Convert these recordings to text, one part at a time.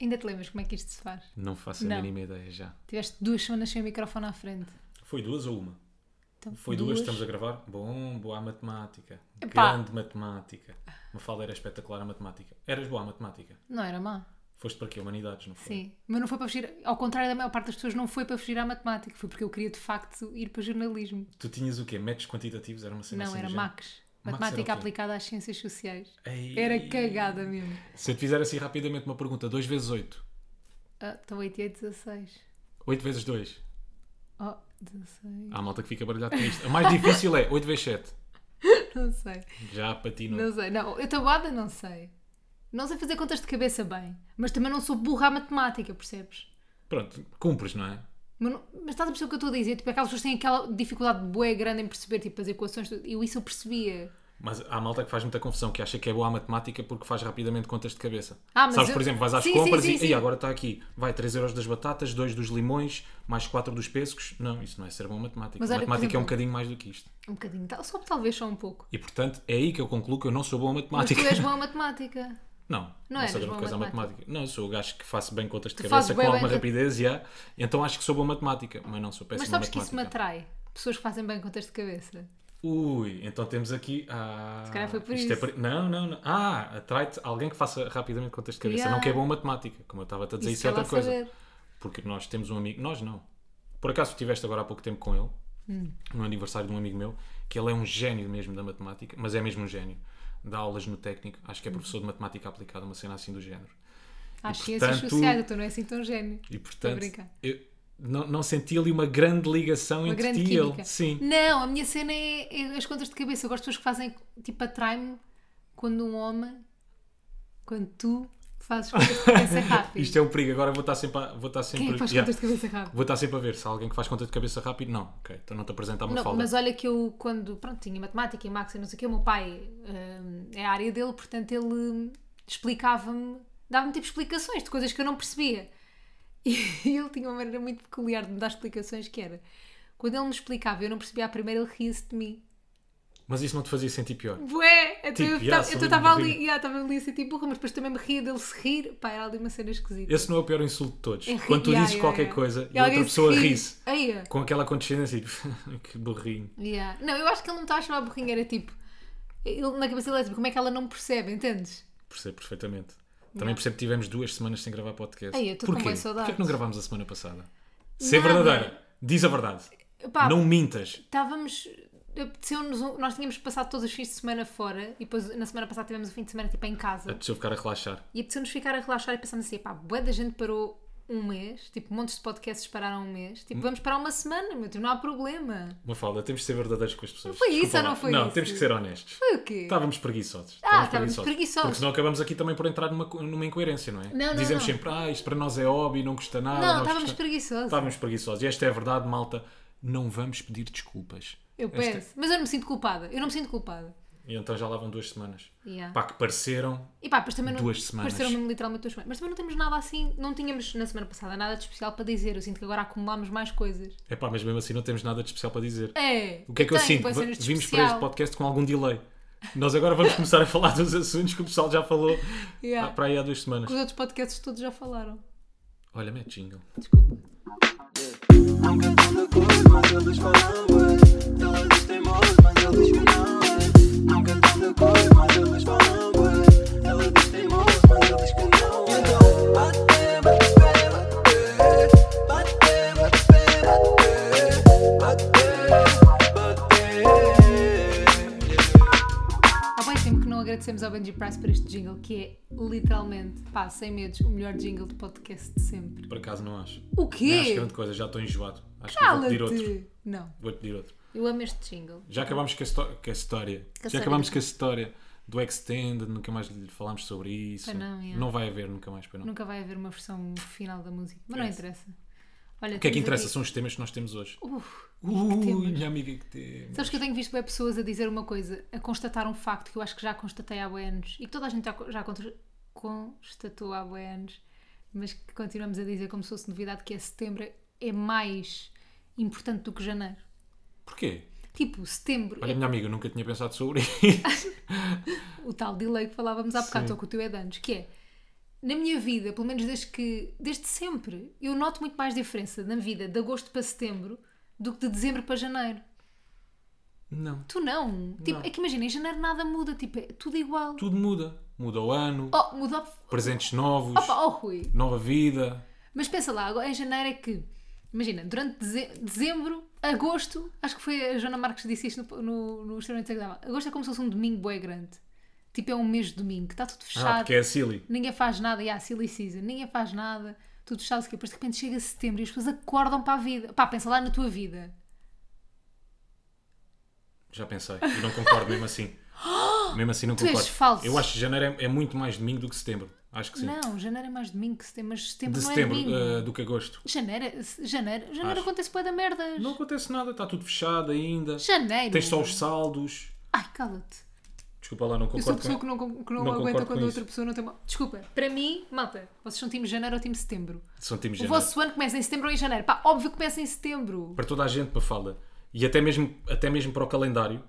Ainda te lembras como é que isto se faz? Não faço a Não. mínima ideia já. Tiveste duas semanas sem o microfone à frente. Foi duas ou uma? Então, Foi duas, estamos a gravar? Bom, boa à matemática. Epá. Grande matemática. Uma fala era espetacular a matemática. Eras boa à matemática. Não era má. Foste para quê? Humanidades, não foi? Sim. Mas não foi para fugir. Ao contrário da maior parte das pessoas, não foi para fugir à matemática. Foi porque eu queria de facto ir para jornalismo. Tu tinhas o quê? Métodos quantitativos? Era uma cena não, assim do era género? MACS. Max Matemática era o quê? aplicada às ciências sociais. Ei. Era cagada mesmo. Se eu te fizer assim rapidamente uma pergunta, 2 vezes 8. Ah, Estão 8 e 8, 16. 8 vezes 2. Oh, 16. Há malta que fica baralhada com isto. A mais difícil é 8 vezes 7. Não sei. Já patino. Não sei. Não, eu tabuada não sei. Não sei fazer contas de cabeça bem. Mas também não sou burra à matemática, percebes? Pronto, cumpres, não é? Mas, não- mas estás a perceber o que eu estou a dizer? Tipo, aquelas pessoas têm aquela dificuldade bué grande em perceber, tipo, as equações. tudo. Eu isso eu percebia. Mas há malta que faz muita confusão, que acha que é boa à matemática porque faz rapidamente contas de cabeça. Ah, mas Sabes, eu- por exemplo, vais às Sim, compras sim, sim, e sim. "Ei, agora está aqui. Vai 3 euros das batatas, 2 dos limões, mais 4 dos pêssegos. Não, isso não é ser bom à matemática. Mas olha, por matemática é um exemplo- bocadinho mais do que isto. Um bocadinho, tal- só talvez só um pouco. E portanto, é aí que eu concluo que eu não sou bom à Mas matemática. tu és boa em matemática. Não, não, eras sou bom grande à coisa à matemática. matemática. Não, eu sou o gajo que faço bem contas de fazes cabeça com bué bem alguma conta- rapidez, já. Então acho que sou bom à matemática, mas não sou péssimo Mas à sabes que isso me matemática. atrai? Pessoas que fazem bem contas de cabeça. Ui, então temos aqui. Ah, Se calhar foi por isso. Não, não, não. Ah, atrai-te alguém que faça rapidamente contas de cabeça. Yeah. Não que é bom em matemática, como eu estava-te a dizer, isso, é quer lá outra coisa. saber. Porque nós temos um amigo, nós não. Por acaso estiveste agora há pouco tempo com ele, Hum. no aniversário de um amigo meu, que ele é um gênio mesmo da matemática, mas é mesmo um gênio. Dá aulas no técnico, acho Hum. que é professor de matemática aplicada, uma cena assim do género. Às E, ciências portanto, sociais, então não é assim tão gênio. Estou E a portanto, brincar. eu não, não senti ali uma grande ligação Uma entre grande ti e química. ele. Sim. Não, a minha cena é, é as contas de cabeça. Eu gosto de pessoas que fazem, tipo, atrai-me quando um homem, quando tu fazes contas de cabeça rápido. Isto é um perigo, agora vou estar sempre a, vou estar sempre, Quem é que faz Yeah. contas de cabeça rápido? Vou estar sempre a ver se há alguém que faz conta de cabeça rápido. Não, ok. Então não te apresenta a Não, Mafalda. mas olha que eu, quando, pronto, tinha matemática e Max e não sei o quê, o meu pai hum, é a área dele, portanto ele hum, explicava-me, dava-me tipo explicações de coisas que eu não percebia. E ele tinha uma maneira muito peculiar de me dar explicações que era, quando ele me explicava e eu não percebia a primeira, ele ria-se de mim. Mas isso não te fazia sentir pior. Bué! Então Tipo, eu yeah, estava- então eu sou estava mesmo ali, burrinho. yeah, estava ali assim tipo burra, mas depois também me ria dele se rir. Pá, era ali uma cena esquisita. Esse não é o pior insulto de todos. É ri- Quando tu yeah, dizes yeah, qualquer yeah. coisa e, alguém outra se pessoa ri. ri-se Eia. com aquela condescendência, tipo, que burrinho. Yeah. Não, eu acho que ele não me estava a chamar burrinho, era tipo. Ele, na cabeça dele é tipo, como é que ela não percebe, entendes? Percebo perfeitamente. Também percebo que tivemos duas semanas sem gravar podcast. Ei, eu tô com Porquê? bué saudades. Porquê é que não gravámos a semana passada? Ser Nada. verdadeira. Diz a verdade. Pá, Não mintas. estávamos. Apeteceu-nos. um- Nós tínhamos passado todos os fins de semana fora e depois na semana passada tivemos o fim de semana tipo em casa. Deixa eu ficar a relaxar. E apeteceu-nos ficar a relaxar e pensamos assim: pá, bué da gente parou um mês, tipo, montes de podcasts pararam um mês, tipo, vamos parar uma semana, meu, tipo, não há problema. Uma falda, temos de ser verdadeiros com as pessoas. Não foi isso Desculpa ou não lá. foi Não, isso? temos que ser honestos. Foi o quê? Estávamos preguiçosos. É. Ah, estávamos preguiçosos. Porque senão acabamos aqui também por entrar numa, co- numa incoerência, não é? Não, não, Dizemos não. sempre, ah, isto para nós é hobby, não custa nada. não, nós estávamos custa- preguiçosos. Estávamos preguiçosos. E esta é a verdade, malta. Não vamos pedir desculpas. Eu Esta- peço. Mas eu não me sinto culpada. Eu não me sinto culpada. E então já lá vão duas semanas. Yeah. Pá, que pareceram. E pá, depois também não. Duas semanas. Pareceram mesmo literalmente duas semanas. Mas também não temos nada assim. Não tínhamos na semana passada nada de especial para dizer. Eu sinto que agora acumulámos mais coisas. É pá, mas mesmo assim não temos nada de especial para dizer. É. O que é que eu, tenho, sinto? bué Va- cenas de Vimos para especial. este podcast com algum delay. Nós agora vamos começar a falar dos assuntos que o pessoal já falou Yeah. há- para aí há duas Que semanas. Os outros podcasts todos já falaram. Olha, mete jingle. Desculpa. Não cantam da cor, mas eles falam bué. Elas têm moço, mas eles não é. Não cantam da cor, mas eles falam bué. Elas têm moço, mas eles que não é. Então, bate, bate, bate, bate, bate, bate, bate, bate. Há bem tempo que não agradecemos ao Benji Price por este jingle, que é literalmente, pá, sem medos, o melhor jingle de podcast de sempre. Por acaso não acho. O Não acho é quê? grande coisa, já estou enjoado. Acho que vou pedir outro. Cala-te! Não, Vou pedir outro. eu amo este jingle. Já acabámos com a, histó- com a história. Com a já história. acabámos com a história do Extended, nunca mais lhe falámos sobre isso. Pois não, é. vai haver nunca mais, para não. Nunca vai haver uma versão final da música, mas não Interessa. interessa. Olha, O que é que interessa? São os temas que nós temos hoje. Ui, minha amiga que temos. é Sabes que eu tenho visto bem pessoas a dizer uma coisa, a constatar um facto que eu acho que já constatei há bué anos e que toda a gente já, co- já contra- constatou há bué anos, mas que continuamos a dizer como se fosse novidade que é setembro é mais importante do que janeiro. Porquê? Tipo, setembro Olha, é minha amiga, eu nunca tinha pensado sobre isso. o tal delay que falávamos há bocado, Sim. só que o teu é de anos, que é na minha vida, pelo menos desde que desde sempre, eu noto muito mais diferença na vida de agosto para setembro do que de dezembro para janeiro. Não. Tu não. Tipo, Não. é que imagina, em janeiro nada muda, tipo, é tudo igual. Tudo muda. Muda o ano, Oh, mudou. presentes novos, Opa, oh Rui. nova vida. Ah, Mas pensa lá, agora em janeiro é que. Imagina, durante deze- dezembro, agosto, acho que foi a Joana Marques que disse isto no, no, no Extremamente Agradável. Agosto é como se fosse um domingo bué grande. Tipo, é um mês de domingo, que está tudo Ah, fechado. porque é silly. Ninguém faz nada, e há silly season, ninguém faz nada, tudo fechado, sei o quê. depois de repente chega setembro e as pessoas acordam para a vida. Pá, pensa lá na tua vida. Já pensei. E não concordo mesmo assim. Mesmo assim não és concordo. falso. Eu acho que janeiro é, é muito mais domingo do que setembro. Acho que sim. Não, janeiro é mais domingo que setembro, mas setembro de não setembro é domingo. eh, do que agosto. Janeiro, janeiro, janeiro Acho. acontece bué da merdas. Não acontece nada, está tudo fechado ainda. Janeiro. Tens só os saldos. Ai, cala-te. Desculpa lá, não Eu sou a concordo pessoa com... que não, con- que não, não aguenta concordo quando com outra pessoa não tem uma... Desculpa, para mim, malta, vocês são time janeiro ou time setembro? São times O janeiro. vosso ano começa em setembro ou em janeiro? Pá, óbvio que começa em setembro. Para toda a gente, Mafalda. E até mesmo, até mesmo para o calendário,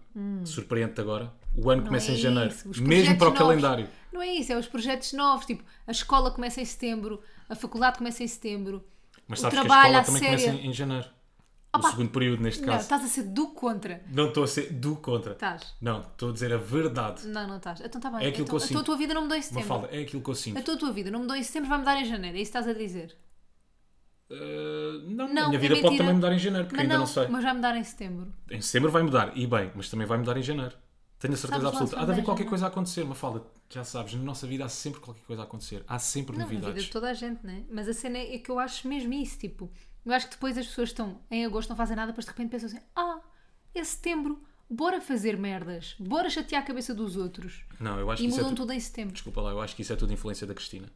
surpreende-te agora, o ano começa Hum. é em janeiro. isso, os mesmo para o projetos novos. calendário. Não é isso, é os projetos novos, tipo, a escola começa em setembro, a faculdade começa em setembro, Mas o sabes que a trabalho, escola a também série... começa em, em janeiro. Opa! O segundo período, neste Não, tá. caso. estás a ser do contra. Não estou a ser do contra. Estás. Não, estou a dizer a verdade. Não, não estás. Então está bem. É então, aquilo que eu a sinto. tua, tua vida não mudou em setembro. Mafalda, é aquilo que eu sinto. A tua, tua vida não mudou em setembro, vai mudar em janeiro. É isso que estás a dizer. Eh, não, Não, a minha é vida pode mentira. também mudar em janeiro, porque Mas ainda não, não, sei. mas vai mudar em setembro. Em setembro vai mudar, e bem, mas também vai mudar em janeiro. Tenho a certeza Sabes lá se absoluta. vai Há de mudar haver em qualquer janeiro. coisa a acontecer, Mafalda. Já sabes, na nossa vida há sempre qualquer coisa a acontecer. Há sempre Não, na vida novidades. de toda a gente, né? Mas a cena é que eu acho mesmo isso, tipo, eu acho que depois as pessoas estão em agosto, não fazem nada, depois de repente pensam assim: ah, é setembro, bora fazer merdas, bora chatear a cabeça dos outros. Não, eu acho e que isso é mudam tudo. tudo em setembro. Desculpa lá, eu acho que isso é tudo influência da Cristina.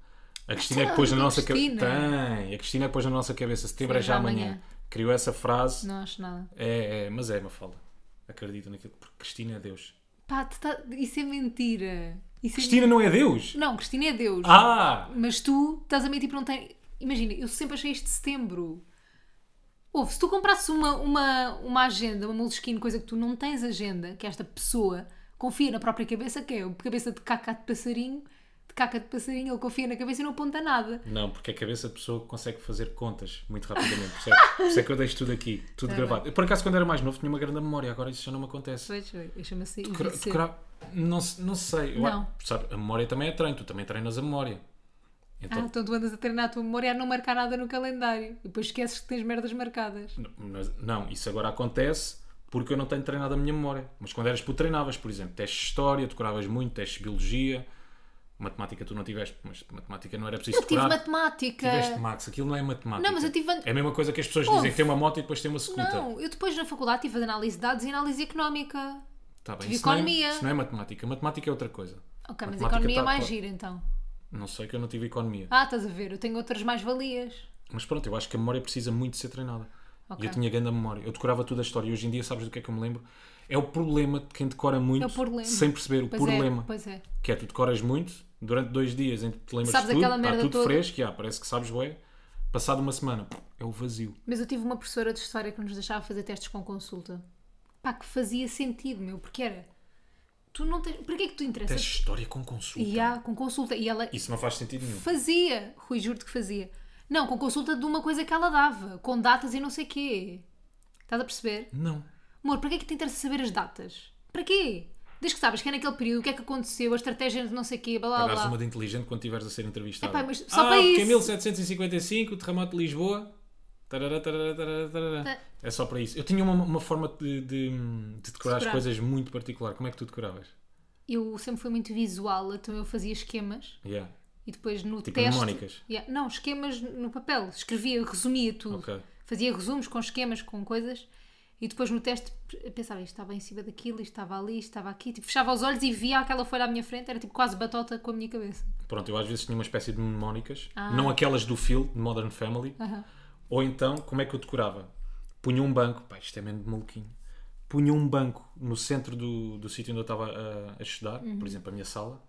A Cristina é que nada pôs a na ver com nossa cabeça. Cristina. Tem! A Cristina é que pôs na nossa cabeça. Setembro é já amanhã. Criou essa frase. Não acho nada. É, é, mas é, Mafalda. Acredito naquilo. Porque Cristina é Deus. Pá, tu tá- isso é mentira. Isso é Cristina não é Deus? Não, Cristina é Deus. Ah! Mas tu estás a meio tipo, não tem. Imagina, eu sempre achei isto de setembro. Ouve, se tu comprasses uma, uma, uma agenda, uma moleskine, coisa que tu não tens agenda, que esta pessoa confia na própria cabeça, que é a cabeça de caca de passarinho, de caca de passarinho, ele confia na cabeça e não aponta nada. Não, porque a cabeça de pessoa consegue fazer contas muito rapidamente. Percebe? Por isso é que eu deixo tudo aqui, tudo Tá gravado. Eu, por acaso, quando era mais novo, tinha uma grande memória. Agora isso já não me acontece. Pois, eu chamo-se Cra- envelhecer. cra- Não, se- não sei. Eu, Não. Sabe, a memória também é treino. Tu também treinas a memória. Ah, Então, então tu andas a treinar a tua memória a não marcar nada no calendário. E depois esqueces que tens merdas marcadas. Não, mas- Não, isso agora acontece porque eu não tenho treinado a minha memória. Mas quando eras puto, treinavas, por exemplo, testes de história, decoravas muito, testes de biologia, matemática tu não tiveste, mas matemática não era preciso Eu tive decorar. matemática. Tiveste Max, aquilo não é matemática. Não, mas eu tive an- É a mesma coisa que as pessoas Ouve. dizem que tem uma moto e depois tem uma scooter. Não, eu depois na faculdade tive análise de dados e análise económica. Tá bem, tive isso não é- economia. isso não é matemática. Matemática é outra coisa. Ok, mas Matemática economia é tá- mais tá- gira então. Não sei que eu não tive economia. Ah, estás a ver, eu tenho outras mais-valias. Mas pronto, eu acho que a memória precisa muito de ser treinada. Ok. E eu tinha grande memória. Eu decorava toda a história e hoje em dia sabes do que é que eu me lembro? É o problema de quem decora muito É o problema. sem perceber o Pois problema. é, pois é. Que é, tu decoras muito, durante dois dias em que te lembras Sabes de tudo, aquela merda está tudo toda. fresco, já, parece que sabes bué. Passado uma semana, pff, é o vazio. Mas eu tive uma professora de história que nos deixava fazer testes com consulta. Pá, que fazia sentido, meu, porque era. Tu não tens. Para que é que tu Tens interessas? história com consulta. E há, com consulta. E ela Isso não faz sentido nenhum. fazia. Rui, juro-te que fazia. Não, com consulta de uma coisa que ela dava, com datas e não sei quê. Estás a perceber? Não. Amor, para que é que te interessa saber as datas? Para quê? Desde que sabes que é naquele período, o que é que aconteceu, a estratégia de não sei quê, blá blá Para dares blá. uma de inteligente quando estiveres a ser entrevistado. Epá, mas só ah, para porque isso. em 1755, o terremoto de Lisboa. Tarará, tarará, tarará, tarará. Tá. É só para isso. Eu tinha uma, uma forma de, de- de decorar as Decorar. coisas muito particular. Como é que tu decoravas? Eu sempre fui muito visual, então eu fazia esquemas Yeah. e depois no Tipo teste. mnemónicas? Yeah, Não, esquemas no papel. Escrevia, resumia tudo. Ok. Fazia resumos com esquemas, com coisas e depois no teste pensava isto estava em cima daquilo, isto estava ali, isto estava aqui. Tipo, fechava os olhos e via aquela folha à minha frente, era tipo quase batota com a minha cabeça. Pronto, eu às vezes tinha uma espécie de mnemónicas. Ah. Não aquelas do Phil, de Modern Family. Aham. Ou então, como é que eu decorava? Punha um banco, pá, isto é mesmo de maluquinho. Punha um banco no centro do, do sítio onde eu estava a, a estudar, Uhum. por exemplo, a minha sala,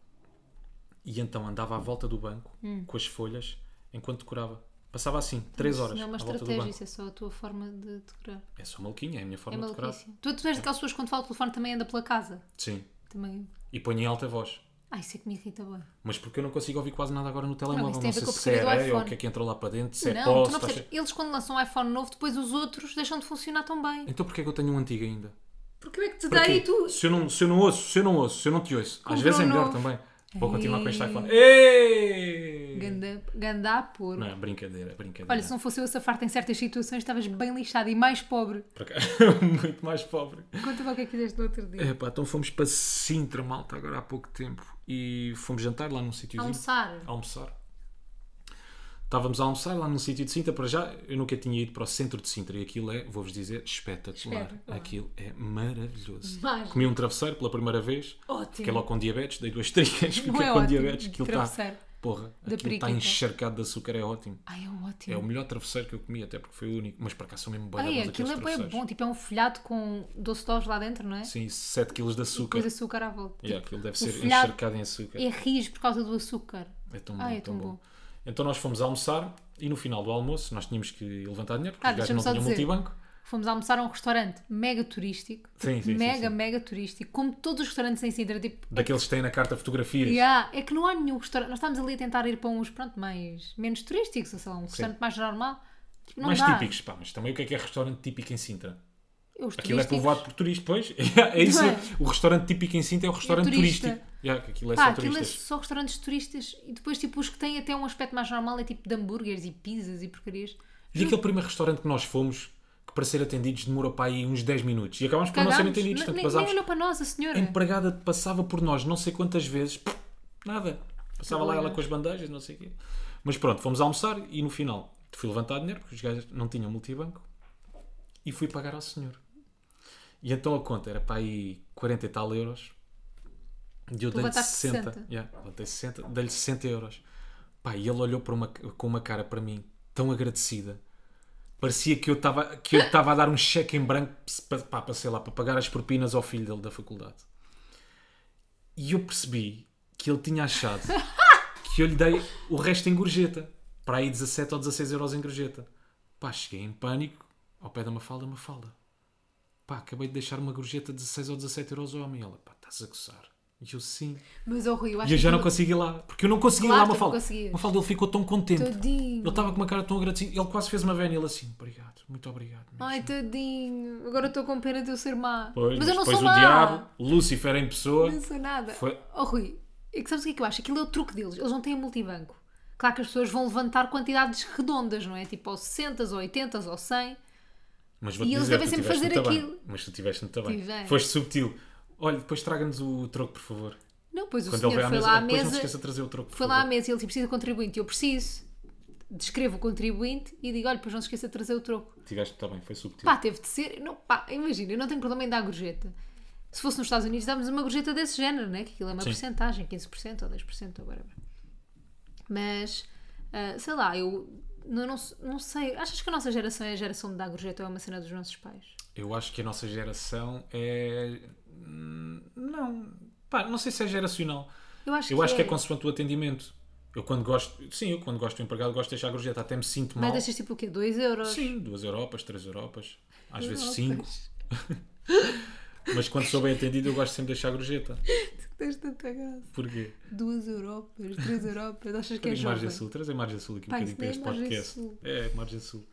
e então andava à volta do banco Hum. com as folhas enquanto decorava. Passava assim, 3 horas Não é uma à volta do estratégia, banco. isso é só a tua forma de decorar. É só maluquinho, é a minha É forma de decorar. É. maluquice. Tu, tu és daquelas pessoas que quando fala o telefone também anda pela casa. Sim. Também. E ponho em alta voz. Ah, isso é que me irrita bem. Mas porque eu não consigo ouvir quase nada agora no telemóvel. isso Não, tem a ver sei com a se porcaria do é, ou o iPhone. que é que entrou lá para dentro, se é não, posse, tu não tá percebes. che- Eles quando lançam um iPhone novo, depois os outros deixam de funcionar tão bem. Então porquê é que eu tenho um antigo ainda? Porque eu é que te Para dei e quê? tu. Se, eu não, se eu não ouço, se eu não ouço, se eu não te ouço, às Compra vezes é um melhor novo. também. Vou continuar com este Ei. iPhone. Ei! Ganda, ganda apuro. Não, é brincadeira, é brincadeira. Olha, se não fosse eu a safar-te em certas situações, estavas bem lixado e mais pobre. Por acaso, Muito mais pobre. Conta-me o que é que fizeste no outro dia. Epá, então fomos para Sintra, malta, agora há pouco tempo. E fomos jantar lá num sítiozinho. Almoçar. é um almoçar. Estávamos a almoçar lá num sítio de Sintra, para já eu nunca tinha ido para o centro de Sintra e aquilo é, vou-vos dizer, espetacular. Espetacular. Aquilo é maravilhoso. Mágico. Comi um travesseiro pela primeira vez, Ótimo. fiquei logo com diabetes, dei duas tricas, fiquei Bué com ótimo, diabetes. Aquilo está, travesseiro. porra, Da aquilo está periquita. encharcado de açúcar, é ótimo. Ai, é ótimo. É o melhor travesseiro que eu comi, até porque foi o único. Mas para cá são mesmo bons Ai, aqueles aquilo é bem travesseiros. bom. Tipo, é um folhado com doce de ovos lá dentro, não é? Sim, 7 kg de açúcar. Depois açúcar à volta. Yeah, aquilo deve é o ser folhado- encharcado em açúcar. É rijo por causa do açúcar. É tão bom, Ah, é tão tão bom. bom. Então nós fomos almoçar e no final do almoço nós tínhamos que levantar dinheiro porque Ah, os gajos deixa-me não só tinham dizer. multibanco. Fomos almoçar a um restaurante mega turístico. Sim, sim, sim, mega, sim. mega turístico. Como todos os restaurantes em Sintra. Tipo, Daqueles que têm na carta fotografias. yeah, é que não há nenhum restaurante. Nós estávamos ali a tentar ir para uns, pronto, mais, menos turísticos. Ou sei lá, um restaurante mais normal. Tipo, Não mais dá. típicos, pá, mas também o que é que é restaurante típico em Sintra? Os Aquilo é turísticos- povoado por turistas, pois? É, isso. Não é? O restaurante típico em Sintra é o restaurante turista. turístico. Yeah, que aquilo é Pá, só aquilo é turistas. só restaurantes turistas e depois tipo os que têm até um aspecto mais normal é tipo de hambúrgueres e pizzas e porcarias. E aquele primeiro restaurante que nós fomos, que para ser atendidos demorou para aí uns 10 minutos. E acabámos por não ser Cagámos. atendidos, Ne- portanto nem, nem passámos. olhou para nós a senhora. A empregada passava por nós não sei quantas vezes, pff, nada. Passava lá ela com as bandagens, não sei o quê. Mas pronto, fomos almoçar e no final fui levantar dinheiro, porque os gajos não tinham multibanco, e fui pagar ao senhor. E então a conta era para aí 40 e tal euros. E eu dei-lhe levantaste 60. 60. Yeah, levantei 60, dei-lhe 60 euros. Pá, e ele olhou para uma- com uma cara para mim tão agradecida. Parecia que eu estava que eu estava a dar um cheque em branco para, pá, para, sei lá, para pagar as propinas ao filho dele da faculdade. E eu percebi que ele tinha achado que eu lhe dei o resto em gorjeta. Para aí 17 ou 16 euros em gorjeta. Pá, cheguei em pânico ao pé da Mafalda, Mafalda. Pá, acabei de deixar uma gorjeta de 16 ou 17 euros ao homem. E ela, pá, estás a gozar. E eu, sim. Mas oh, Rui, eu acho E eu que já não aquilo- consegui ir lá. Porque eu não consegui ir Claro lá, que não Mafalda. conseguias. Mafalda, ele ficou tão contente. Tadinho. Ele estava com uma cara tão agradecida. Ele quase fez uma vénia. Ele assim, obrigado, muito obrigado. mesmo." Ai, tadinho. Agora eu estou com pena de eu ser má. Pois, mas eu não depois sou o má. diabo, Lúcifer em pessoa. Não sou nada. Foi- Oh, Rui, é que sabes o que é que eu acho? Aquilo é o truque deles. Eles não têm multibanco. Claro que as pessoas vão levantar quantidades redondas, não é? Tipo ou 60, ou 80, ou 100. Mas vou-te E eles dizer, devem tu sempre fazer tiveste muito bem. aquilo. Mas tu tiveste muito bem. Tive bem. Foste subtil. Olha, depois traga-nos o troco, por favor. Não, pois o Quando ele senhor veio à foi mesa, lá à depois não se mesa. esqueça de trazer o troco. por Foi lá à favor. mesa e ele disse: precisa de contribuinte. Eu preciso. Descrevo o contribuinte e digo: olha, depois não se esqueça de trazer o troco. Tiveste muito bem, foi subtil. Pá, teve de ser. Não, pá, imagina, eu não tenho problema em dar gorjeta. Se fosse nos Estados Unidos, dávamos uma gorjeta desse género, né? Que aquilo é uma Sim. porcentagem, 15% ou 10% ou whatever. Mas, ah, sei lá, eu não, não, não sei. Achas que a nossa geração é a geração de dar gorjeta ou é uma cena dos nossos pais? Eu acho que a nossa geração é. hum, Não. Pá, não sei se é geracional. Eu acho Eu que acho é. que é consoante o atendimento. Eu quando gosto. Sim, eu quando gosto do empregado gosto de deixar a gorjeta. Até me sinto mal. Mas deixas tipo o quê? 2 euros? Sim, duas Europas, três Europas. Às vezes Europas. cinco. Mas quando sou bem atendido eu gosto sempre de deixar a gorjeta. Tens tanta graça. Porquê? 2 Europas, 3 Europas, achas que é bocadinho Margem jovem? Sul. Trazer Margem Sul aqui um Pá, bocadinho isso nem é para este Margem podcast. Sul. É, Margem Sul.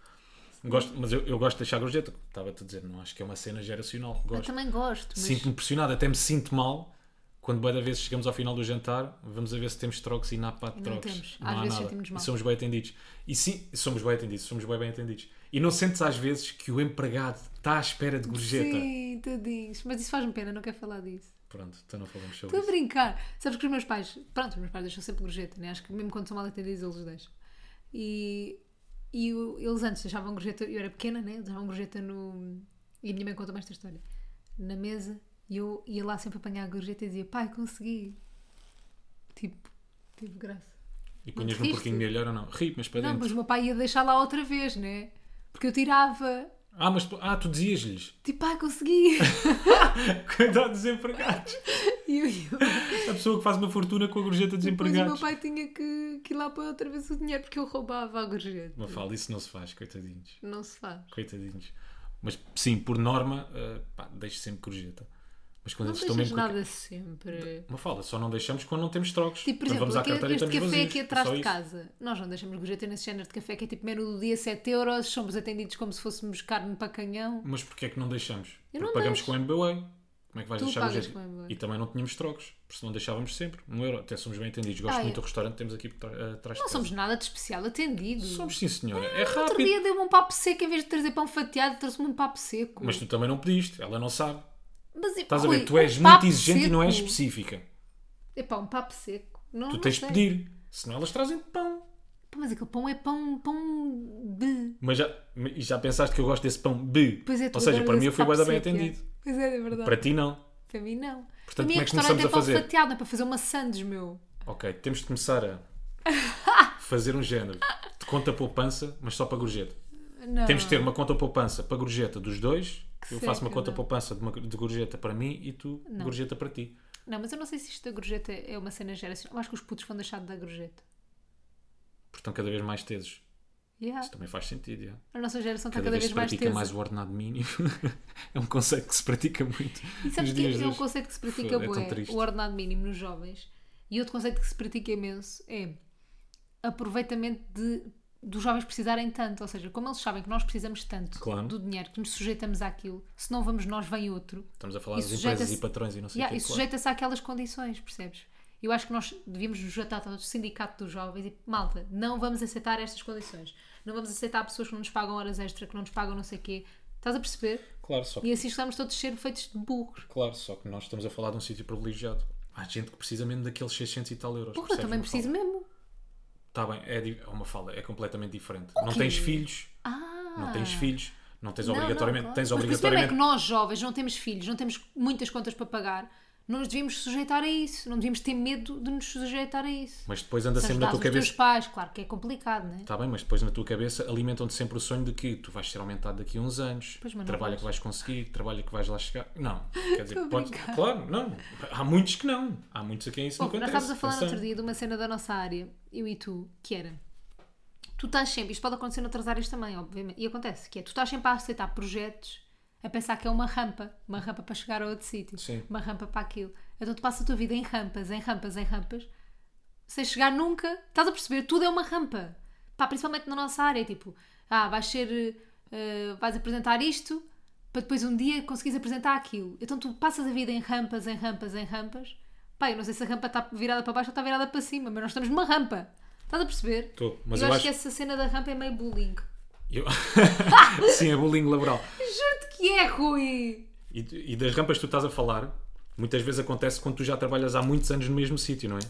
Gosto, mas eu, eu gosto de deixar a gorjeta. Estava-te a dizer, não acho que é uma cena geracional. Eu Gosto. também gosto, mas... Sinto-me pressionado, até me sinto mal quando boa da vez chegamos ao final do jantar, vamos a ver se temos trocos e não há pá de E não trocos. temos. Às há vezes nada. sentimos mal. E somos bem atendidos. E sim, somos bem atendidos, somos bem, bem atendidos. E não sentes às vezes que o empregado está à espera de gorjeta. Sim, tadinhos. Mas isso faz-me pena, não quero falar disso. Pronto, então não falamos sobre Estou a isso. brincar. Sabes que os meus pais, pronto, os meus pais deixam sempre gorjeta, né? Acho que mesmo quando são mal atendidos, eles deixam. E, e o- eles antes deixavam gorjeta, eu era pequena, né? Deixavam gorjeta no. E a minha mãe conta-me esta história. Na mesa, e eu ia lá sempre apanhar a gorjeta e dizia, pai, consegui. Tipo, teve graça. E Não te punhas-me um riste? porquinho de milhar ou não? Ri, mas para Não, dentro. mas o meu pai ia deixar lá outra vez, né? Porque eu tirava, Ah, mas tu- ah, tu dizias-lhes. tipo, pai, consegui. Cuidado dos empregados. e eu ia. A pessoa que faz uma fortuna com a gorjeta dos Depois o meu empregados. pai tinha que, que ir lá para outra vez o dinheiro porque eu roubava a gorjeta. Uma fala, isso não se faz, coitadinhos. Não se faz. Coitadinhos. Mas sim, por norma, eh, pá, deixo sempre gorjeta. Mas Mas quando Não eles estão deixas mesmo. com nada sempre. Uma fala, só não deixamos quando não temos trocos. Tipo, por Quando exemplo, vamos à aqui- carteira e este café estamos vazios. aqui É atrás só de isso. casa. Nós não deixamos gorjeta nesse género de café que é tipo menu do dia 7 euros, somos atendidos como se fôssemos carne para canhão. Mas porquê é que não deixamos? Eu Porque não pagamos deixo. com o MBA. Como é que vais Tu deixar o pagas jeito? com o MBA. E também não tínhamos trocos, porque senão deixávamos sempre. Um euro. Até somos bem entendidos. Gosto Ah, é. muito do restaurante que temos aqui por tra- eh, atrás Não de casa. somos nada de especial atendido. Somos, sim, senhora. É, Outro rápido. dia deu-me um papo seco, em vez de trazer pão fatiado, trouxe-me um papo seco. Mas tu também não pediste. Ela não sabe. Mas, Estás a Rui, ver? Tu és um muito papo exigente e não és seco. específica. Epá, um papo seco. Não, Tu não tens de sei. pedir. Senão elas trazem pão. Pá, Mas aquele pão é pão, pão de... Mas já, e já pensaste que eu gosto desse pão B. Pois é, tu Ou seja, adoras para mim eu esse fui papo bué da bem seco, é. atendido. Pois é, é verdade. Para Para, ti não. mim não. Portanto, para mim como é que começamos restaurante a fazer? é pão fatiado, não é para fazer uma sandes, meu. Ok, temos de começar a fazer um género de conta poupança, mas só para gorjeta. Não. Temos de ter uma conta poupança para gorjeta dos dois. Ah. Que eu faço seca, uma conta não. poupança de, uma, de gorjeta para mim e tu gorjeta para ti. Não, mas eu não sei se isto da gorjeta é uma cena geracional. Eu acho que os putos vão deixar de dar gorjeta. Portanto, cada vez mais tesos. Yeah. Isso também faz sentido, yeah. A nossa geração está Cada, cada, vez, vez se mais pratica tesa. mais o ordenado mínimo. é um conceito que se pratica muito. E sabes que nos dias é um hoje. conceito que se pratica Foda, é tão bué, triste. o ordenado mínimo nos jovens. E outro conceito que se pratica imenso é aproveitamento de, dos jovens precisarem tanto. Ou seja, como eles sabem que nós precisamos tanto Claro. do dinheiro, que nos sujeitamos àquilo, se não vamos nós, vem outro. Estamos a falar E das empresas sujeita-se- e patrões e não sei o Yeah, que. e sujeita-se àquelas condições, percebes? Eu acho que nós devíamos nos juntar ao sindicato dos jovens e, malta, não vamos aceitar estas condições. Não vamos aceitar pessoas que não nos pagam horas extra, que não nos pagam não sei o quê. Estás a perceber? Claro, só E assim estamos todos a ser feitos de burros. Claro, só que nós estamos a falar de um sítio privilegiado. Há gente que precisa mesmo daqueles 600 e tal euros. Porque eu também preciso mesmo. Está bem, é di- é uma fala, é completamente diferente. Não quê? tens filhos, Ah! não tens filhos, não tens Não, não, obrigatoriamente, claro. tens Mas por isso mesmo é obrigatoriamente. que nós jovens não temos filhos, não temos muitas contas para pagar, não nos devíamos sujeitar a isso, não devíamos ter medo de nos sujeitar a isso. Mas depois anda Se sempre na tua ajudares os teus cabeça. pais, claro que é complicado, não é? Está bem, mas depois na tua cabeça alimentam-te sempre o sonho de que tu vais ser aumentado daqui a uns anos, Pois, mas não trabalho vais. que vais conseguir, trabalho que vais lá chegar. Não, quer dizer, Tô a pode. brincar. Claro, não. Há muitos que não. Há muitos a quem isso não Bom, nós acontece. estávamos a falar no Atenção. outro dia de uma cena da nossa área, eu e tu, que era. Tu estás sempre, isto pode acontecer noutras áreas também, obviamente, e acontece, que é tu estás sempre a aceitar projetos a pensar que é uma rampa, uma rampa para chegar a outro sítio, Sim. uma rampa para aquilo. Então tu passas a tua vida em rampas, em rampas, em rampas, sem chegar nunca, estás a perceber, tudo é uma rampa. Pá, principalmente na nossa área, tipo, ah, vais ser, eh, vais apresentar isto, para depois um dia conseguires apresentar aquilo. Então tu passas a vida em rampas, em rampas, em rampas. Pá, eu não sei se a rampa está virada para baixo ou está virada para cima, mas nós estamos numa rampa. Estás a perceber? Estou, mas eu, eu acho, acho- que é essa cena da rampa é meio bullying. assim. Eu- Sim, é bullying laboral. Juro-te que é, Rui! E, e das rampas que tu estás a falar, muitas vezes acontece quando tu já trabalhas há muitos anos no mesmo sítio, não é?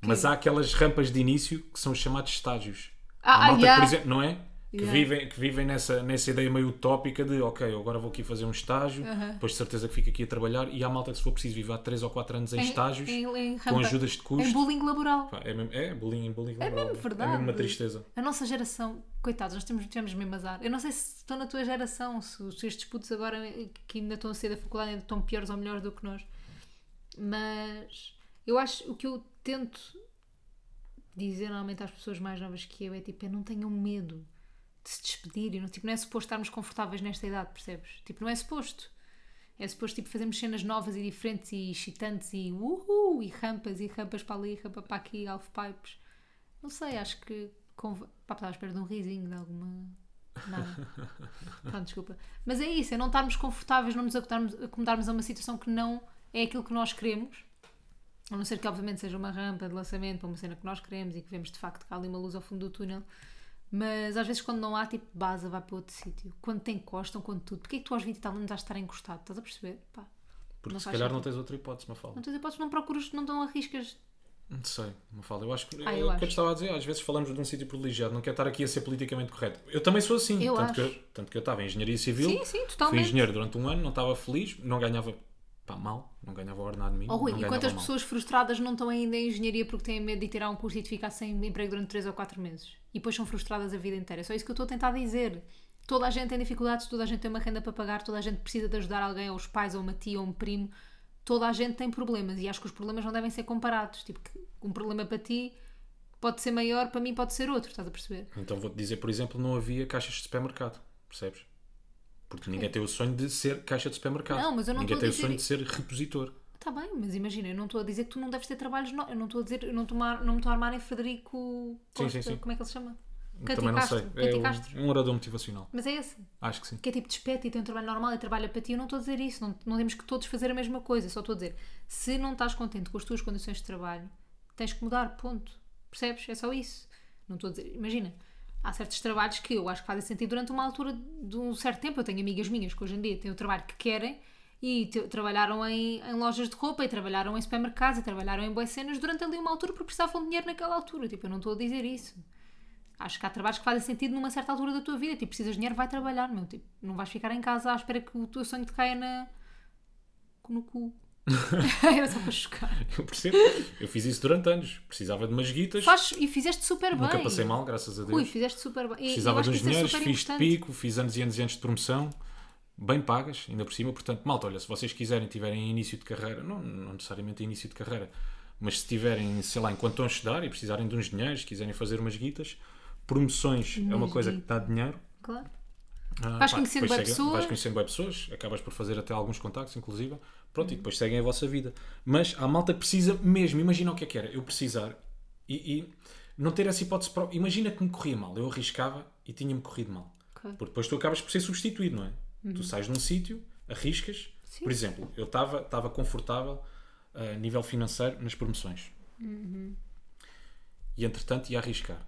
Mas há aquelas rampas de início que são os chamados estágios. Ah, Há ah, malta que, yeah. por exemplo, não é? Que Yeah. vivem, que vivem nessa, nessa ideia meio utópica de ok, eu agora vou aqui fazer um estágio, depois de certeza que fico aqui a trabalhar, e há malta que se for preciso viver há 3 ou 4 anos em, Em- estágios, em- em com rampa. ajudas de É custo. bullying laboral. Pá, É, mesmo, é bullying, bullying É laboral. mesmo É verdade. mesmo uma tristeza. A nossa geração, coitados, nós temos, tivemos mesmo azar. Eu não sei se estão na tua geração, se os estes putos agora que ainda estão a sair da faculdade ainda estão piores ou melhores do que nós. Mas eu acho o que eu tento dizer normalmente às pessoas mais novas que eu é tipo, é não tenham medo de se despedirem. Não, tipo, não é suposto estarmos confortáveis nesta idade, percebes? Tipo, não é suposto. É suposto tipo, fazermos cenas novas e diferentes e excitantes e uhul, e rampas, e rampas para ali, rampa para aqui, half-pipes. Não sei, acho que. Conv... Pá, estava à espera de um risinho, de alguma. Nada. Pronto, desculpa. Mas é isso, é não estarmos confortáveis, não nos acomodarmos, acomodarmos a uma situação que não é aquilo que nós queremos. A não ser que, obviamente, seja uma rampa de lançamento para uma cena que nós queremos e que vemos de facto que há ali uma luz ao fundo do túnel. Mas às vezes, quando não há, tipo, baza, vai para outro sítio. Quando te encostam, quando tudo. Porquê é que tu aos 20 e tal anos vais estar encostado? Estás a perceber? Pá. Porque Não se faz calhar não sentido. tens outra hipótese, uma fala. Não tu hipóteses, não procuras, não dão arriscas. Não sei, não falo. Eu acho que Ah, é eu o que acho. eu te estava a dizer. Às vezes falamos de um sítio privilegiado, não quero estar aqui a ser politicamente correto. Eu também sou assim. Eu tanto, Que acho. eu, tanto que eu estava em engenharia civil, Sim, sim, totalmente. fui engenheiro durante um ano, não estava feliz, não ganhava pá, mal, não ganhava ordenado mínimo. Oh, Rui, não e ganhava quantas mal. pessoas frustradas não estão ainda em engenharia porque têm medo de tirar um curso e de ficar sem emprego durante 3 ou 4 meses? E depois são frustradas a vida inteira. É só isso que eu estou a tentar dizer. Toda a gente tem dificuldades, toda a gente tem uma renda para pagar, toda a gente precisa de ajudar alguém, ou os pais, ou uma tia, ou um primo. Toda a gente tem problemas e acho que os problemas não devem ser comparados. Tipo, que um problema para ti pode ser maior, para mim pode ser outro, estás a perceber? Então vou-te dizer, por exemplo, não havia caixas de supermercado, percebes? Porque ninguém tem o sonho de ser caixa de supermercado. Não, mas eu não ninguém estou tem a o sonho de dizer- ser repositor. Está Tá bem, mas imagina, eu não estou a dizer que tu não deves ter trabalhos. No... Eu não estou a dizer, eu não, estou a ar- não me estou a armar em Frederico Sim, Costa, sim, sim. como é que ele se chama? Também não Castro. sei. Cântico É Castro. um, um orador motivacional. Mas é esse. Acho que sim. que é tipo despete e tem um trabalho normal e trabalha para ti, eu não estou a dizer isso, não, não temos que todos fazer a mesma coisa, eu só estou a dizer, se não estás contente com as tuas condições de trabalho, tens que mudar, ponto. Percebes? É só isso. Não estou a dizer, imagina, há certos trabalhos que eu acho que fazem sentido durante uma altura de um certo tempo, eu tenho amigas minhas que hoje em dia têm o trabalho que querem e te- trabalharam em, em lojas de roupa e trabalharam em supermercados e trabalharam em boas cenas durante ali uma altura porque precisavam de dinheiro naquela altura, tipo, eu não estou a dizer isso. Acho que há trabalhos que fazem sentido numa certa altura da tua vida. Tipo, precisas de dinheiro, vai trabalhar, meu. Tipo, não vais ficar em casa à espera que o teu sonho te caia na... no cu. Era só para chocar. Eu percebo. Eu fiz isso durante anos. Precisava de umas guitas. Faz- e fizeste super bem. Nunca passei mal, graças a Deus. Ui, fizeste super bem. E- eu Precisava acho que de uns isso é dinheiros, super fiz de importante. pico, fiz anos e anos e anos de promoção, bem pagas, ainda por cima. Portanto, malta, olha, se vocês quiserem, tiverem início de carreira, não, não necessariamente início de carreira, mas se tiverem, sei lá, enquanto estão a estudar e precisarem de uns dinheiros, quiserem fazer umas guitas, promoções é uma Umas coisa que guitas. dá dinheiro. Claro. Ah, Vais pá, conhecendo depois bué seguem- pessoas. Vais conhecendo bem pessoas, acabas por fazer até alguns contactos, inclusive. Uhum. Pronto, e depois seguem a vossa vida. Mas a malta que precisa mesmo, imagina o que é que era, eu precisar e, e não ter essa hipótese própria. Imagina que me corria mal, eu arriscava e tinha-me corrido mal. Ok. Porque depois tu acabas por ser substituído, não é? Tu sais de um sítio, arriscas. Uhum. Sim. Por exemplo, eu estava estava confortável eh, a nível financeiro nas promoções. Uhum. E entretanto ia arriscar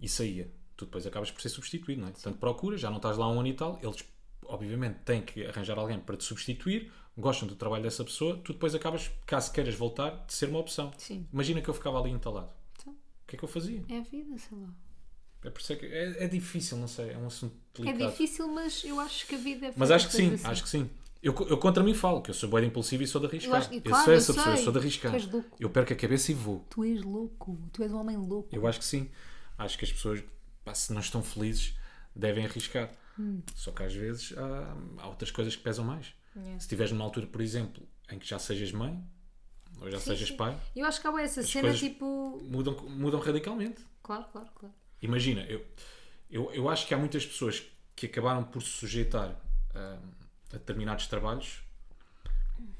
e saía. Tu depois acabas por ser substituído, não é? Portanto, procuras, já não estás lá um ano e tal, eles obviamente têm que arranjar alguém para te substituir, gostam do trabalho dessa pessoa, tu depois acabas, caso queiras voltar, de ser uma opção. Sim. Imagina que eu ficava ali entalado. Então, O que é que eu fazia? é a vida, sei lá. É, por isso é, que- é- é difícil, não sei, é um assunto É delicado. difícil, mas eu acho que a vida é Mas acho que sim, feita de coisas assim. acho que sim. Eu, co- eu contra mim falo, que eu sou bem impulsivo e sou de Eu arriscar. acho que- Eu, claro, sou eu essa pessoa, eu sei. sou de arriscar. Tu és louco. Eu perco a cabeça e vou. Tu és louco. Tu és um homem louco. Eu acho que sim. Acho que as pessoas, pá, se não estão felizes, devem arriscar. Hum. Só que às vezes há, há outras coisas que pesam mais. Yeah. Se estiveres numa altura, por exemplo, em que já sejas mãe ou já sejas sim. pai, Eu acho que há essa cena, coisas- tipo... mudam, mudam radicalmente. Claro, claro, claro. Imagina, eu, eu, eu acho que há muitas pessoas que acabaram por se sujeitar hum, a determinados trabalhos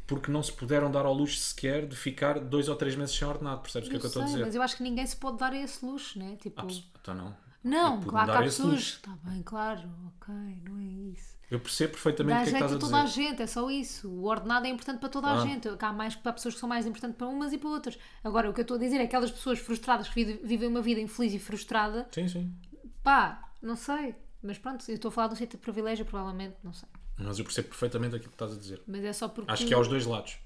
porque não se puderam dar ao luxo sequer de ficar dois ou três meses sem ordenado. Percebes o que é que eu estou a sei, dizer? mas eu acho que ninguém se pode dar esse luxo, né? Tipo... Ah, pessoa- Então não. Eu Não, pude-me claro que há dar esse pessoas. luxo. Está bem, claro, ok, não é isso. Eu percebo perfeitamente Dá o que é que jeito estás a a dizer. Ah. toda a gente, é só isso. O ordenado é importante para toda a Claro. gente. Há, mais, há pessoas que são mais importantes para umas e para outras. Agora, o que eu estou a dizer é que aquelas pessoas frustradas que vive- vivem uma vida infeliz e frustrada, Sim, sim. pá, não sei. Mas pronto, eu estou a falar de um sítio de privilégio, provavelmente, não sei. Mas eu percebo perfeitamente aquilo que estás a dizer. Mas é só porque. Acho que há os dois lados.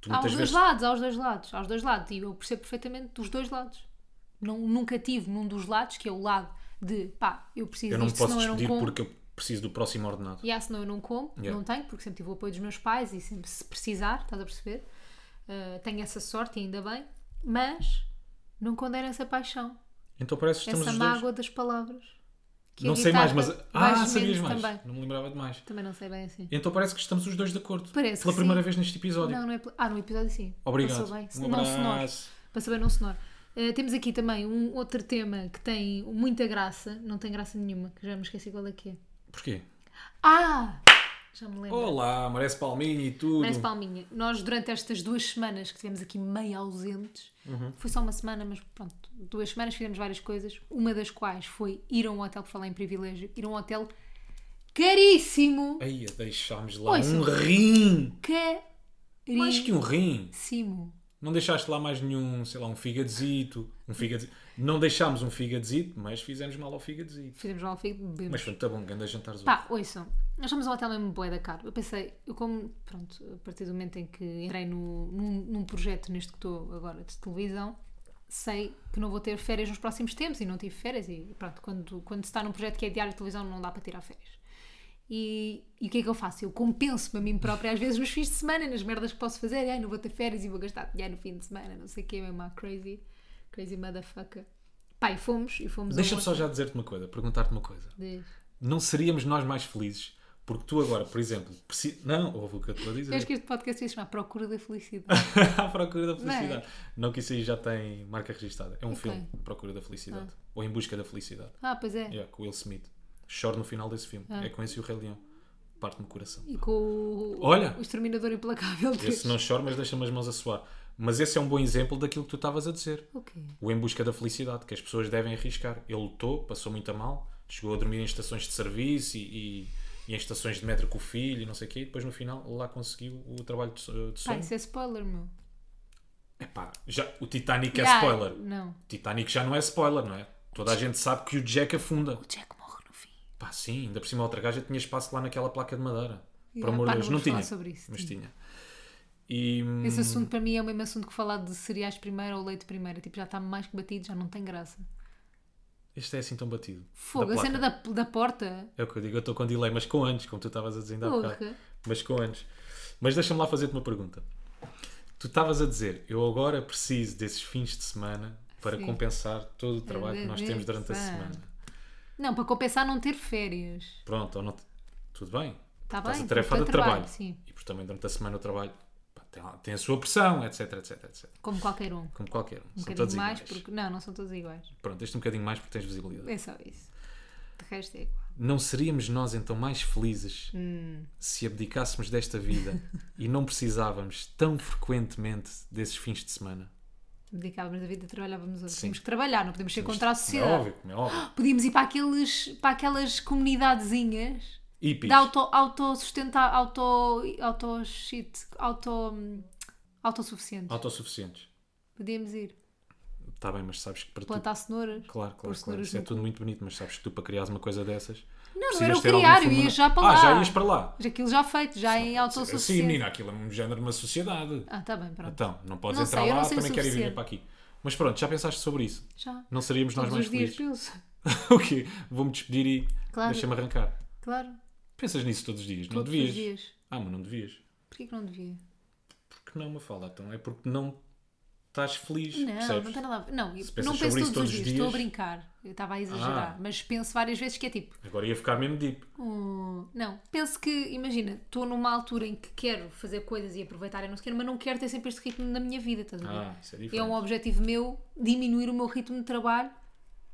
Tu Há os muitas dois vezes. lados, há os dois lados, há os dois lados. E eu percebo perfeitamente dos dois lados. Não, nunca tive num dos lados, que é o lado de pá, eu preciso Eu não me disto, posso senão eu não despedir como. porque eu preciso do próximo ordenado. E ah, senão eu não como, Yeah. não tenho, porque sempre tive o apoio dos meus pais e sempre se precisar, estás a perceber? Uh, tenho essa sorte e ainda bem, mas não condeno essa paixão, Então parece que estamos essa os dois. mágoa das palavras. que Não sei mais, mas. evitava Ah, mais sabias vezes mais. Também. Não me lembrava de mais. Também não sei bem assim. Então parece que estamos os dois de acordo. Parece Pela que primeira sim. vez neste episódio. Não, não é. pl- Ah, no episódio sim. Obrigado. Passou bem. Um não sonoro. abraço. Passou bem, não sonoro. Uh, temos aqui também um outro tema que tem muita graça, não tem graça nenhuma, que já me esqueci qual é que é. Porquê? Ah! Já me lembro. Olá, merece palminha e tudo. Parece Palminha. Nós, durante estas duas semanas que estivemos aqui meio ausentes, Uhum. foi só uma semana, mas pronto, duas semanas fizemos várias coisas. Uma das quais foi ir a um hotel, por falar em privilégio, ir a um hotel caríssimo. Aí deixámos lá Ouça. um rim. Mais Caríssimo. que um rim. Não deixaste lá mais nenhum, sei lá, um fígadozito. Um fígadozito. Não deixámos um fígadozito, mas fizemos mal ao fígadozito. Fizemos lá um figo, bebemos. Mas foi muito bom, grande jantares Pá, ouçam, nós estamos num hotel mesmo bué da caro. Eu pensei, eu como, pronto, a partir do momento em que entrei no, num, num projeto neste que estou agora de televisão, sei que não vou ter férias nos próximos tempos e não tive férias e pronto, quando, quando se está num projeto que é diário de televisão não dá para tirar férias. E, e o que é que eu faço? Eu compenso-me a mim própria às vezes nos fins de semana, nas merdas que posso fazer, ai, não vou ter férias e vou gastar dinheiro no fim de semana, não sei o que, é mesmo uma crazy, crazy motherfucker. Pai, fomos e fomos a um Deixa-me só hotel já dizer-te uma coisa, perguntar-te uma coisa. de- Não seríamos nós mais felizes porque tu agora, por exemplo, preci... não, ouve o que eu te vou Eu acho dizer. que este podcast ia se chamar Procura da Felicidade. à procura da é? felicidade. Não, que isso aí já tem marca registada. É um Ok. filme, Procura da Felicidade. Ou Em Busca da Felicidade. Ah, pois é. Ah. Yeah, com Will Smith. Choro no final desse filme. É com esse e o Rei Leão. Parte-me o coração. E com o, é Olha! o Exterminador Implacável 3. Esse não choro, mas deixa-me as mãos a suar. Mas esse é um bom exemplo daquilo que tu estavas a dizer. O quê? O Em Busca da Felicidade, que as pessoas devem arriscar. Ele lutou, passou muito a mal, chegou a dormir em estações de serviço e, e- e em estações de metro com o filho e não sei o quê. E depois, no final, lá conseguiu o trabalho de, so- de Pá, sonho. isso é spoiler, meu. Epá, já, o Titanic é Ya, spoiler. Não. O Titanic já não é spoiler, não é? Toda a gente sabe que o Jack afunda. O Jack morre no fim. Pá, sim, ainda por cima a outra gaja tinha espaço lá naquela placa de madeira. Por Ya, amor ah, pá, de Deus, não vamos não falar tinha. sobre isso, mas tinha. E, hum, Esse assunto para mim é o mesmo assunto que falar de cereais primeiro ou leite primeiro. Tipo, já está mais que batido, já não tem graça. este é assim tão batido. Fogo, Da a placa. cena da, da porta. É o que eu digo, eu estou com delay, mas com anos, como tu estavas a dizer ainda há Porra. bocado. Mas com anos. Mas deixa-me lá fazer-te uma pergunta. Tu estavas a dizer, eu agora preciso desses fins de semana para Sim. É compensar todo o trabalho que nós temos durante a Compensar. semana. Não, para compensar não ter férias. Pronto, ou não te- tudo bem. Tá Estás bem, atarefado porque de é trabalho, trabalho. sim. E porque também durante a semana o trabalho pá, tem, lá- tem a sua pressão, etc, etc, etc. Como qualquer um. Um Como qualquer um. São todos bocadinho mais, iguais. porque. Não, não são todos iguais. Pronto, este um bocadinho mais porque tens visibilidade. É só isso. De resto é igual. Não seríamos nós então mais felizes Hum. se abdicássemos desta vida e não precisávamos tão frequentemente desses fins de semana? Dedicávamos a vida, trabalhávamos outros. Sim. Tínhamos que trabalhar, não podemos ser contra a Como é sociedade. óbvio, como é óbvio. Podíamos ir para, aqueles, para aquelas comunidadezinhas Hippies. de auto, autossustentar, auto, auto shit, auto, autossuficiente. Autossuficientes. Podíamos ir. Está bem, mas sabes que para tu. Plantar cenouras. Claro, claro, pôr claro. cenouras Isso é no tudo muito bonito, mas sabes que tu para criares uma coisa dessas. Não, não precisas era o ter algum criar, eu fulmina- ia já para Ah, lá. já ias para lá. Mas aquilo já feito, já em Sim, autossuficiente. menina, aquilo é um género de uma sociedade. Ah, tá bem, pronto. Então, não podes Não entrar sei, eu não lá, sei o também quero ir viver suficiente. para aqui. Mas pronto, já pensaste sobre isso? Já. Não seríamos Então, nós Todos mais os dias felizes? penso. o quê? Vou-me despedir e Claro. deixa-me arrancar. Claro. Pensas nisso todos os dias, não todos devias? os dias. Ah, mas não devias. Porquê que não devia? Porque não me fala, então é porque não estás feliz. Não, percebes? não tem nada a ver. Não, eu pensas não penso sobre todos, isso os dias, estou a brincar. Eu estava a exagerar. Ah. Mas penso várias vezes que é tipo. Agora ia ficar mesmo deep. hum, não, penso que, imagina, estou numa altura em que quero fazer coisas e aproveitar e não sequer, mas não quero ter sempre este ritmo na minha vida, estás a ver? Ah, isso é é diferente. um objetivo meu diminuir o meu ritmo de trabalho,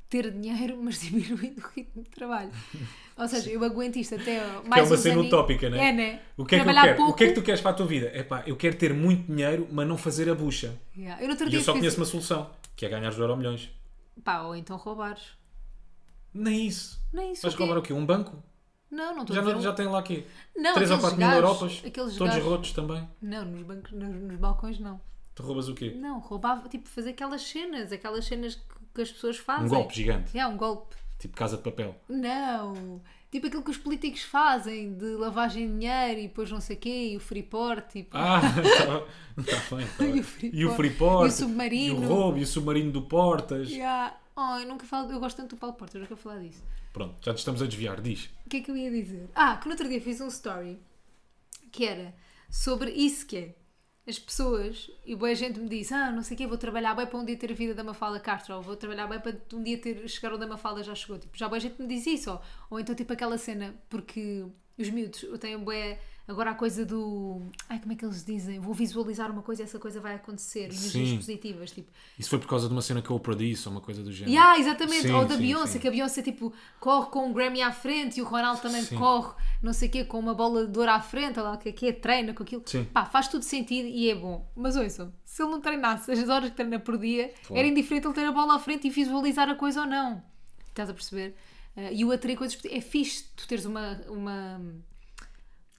ter dinheiro, mas diminuindo o ritmo de trabalho. Ou seja, eu aguento isto até mais é uma uns cena aninhos. utópica, né? É, né? O que é que eu Trabalhar quero? pouco. O que é que tu queres para a tua vida? É pá, eu quero ter muito dinheiro, mas não fazer a bucha. Yeah. Eu no outro E dia eu só fiz- conheço uma solução, que é ganhar os euro milhões. Pá, ou então roubares. Nem isso. Nem isso. Vais o quê? roubar o quê? Um banco? Não, não estou Já, a dizer não, um- já tem lá quê? Não, 3 ou aqueles 4 mil gajos- Europas? aqueles Todos gajos- rotos também. Não, nos bancos, nos, nos balcões não. Tu roubas o quê? Não, roubava, tipo, fazer aquelas cenas, aquelas cenas que, que as pessoas fazem. Um golpe gigante. É, um golpe. Tipo casa de papel. Não. Tipo aquilo que os políticos fazem de lavagem de dinheiro e depois não sei o quê, e o freeport, tipo. Ah, está bem. tá bem. E o Freeport. E o Freeport. E o submarino. E o roubo, e o submarino do Portas. Yeah. Oh, eu nunca falo, eu gosto tanto do Paulo Portas, eu nunca vou falar disso. Pronto, já te estamos a desviar, diz. O que é que eu ia dizer? Ah, que no outro dia fiz um story que era sobre isso que é. As pessoas, e boa gente me diz, ah, não sei o quê, vou trabalhar bem para um dia ter a vida da Mafala Castro, ou vou trabalhar bem para um dia ter, chegar onde a Mafala já chegou. Tipo, já boa gente me diz isso, ou, ou então tipo aquela cena, porque os miúdos têm bué, agora a coisa do, ai, como é que eles dizem? Vou visualizar uma coisa e essa coisa vai acontecer, energias Sim. positivas, tipo, Isso foi por causa de uma cena que eu Oprah disse, ou uma coisa do género. Yeah, ah, exatamente, Sim, ou da sim, Beyoncé, sim. que a Beyoncé tipo corre com um Grammy à frente e o Ronaldo também Sim. corre, não sei o quê, com uma bola de ouro à frente, ou lá o que é que é, treina com aquilo. Sim. Pá, faz tudo sentido e é bom. Mas ouçam, se ele não treinasse as horas que treina por dia, Claro. era indiferente ele ter a bola à frente e visualizar a coisa ou não. Estás a perceber? Ah, e o atrair coisas. posi- É fixe tu teres uma. uma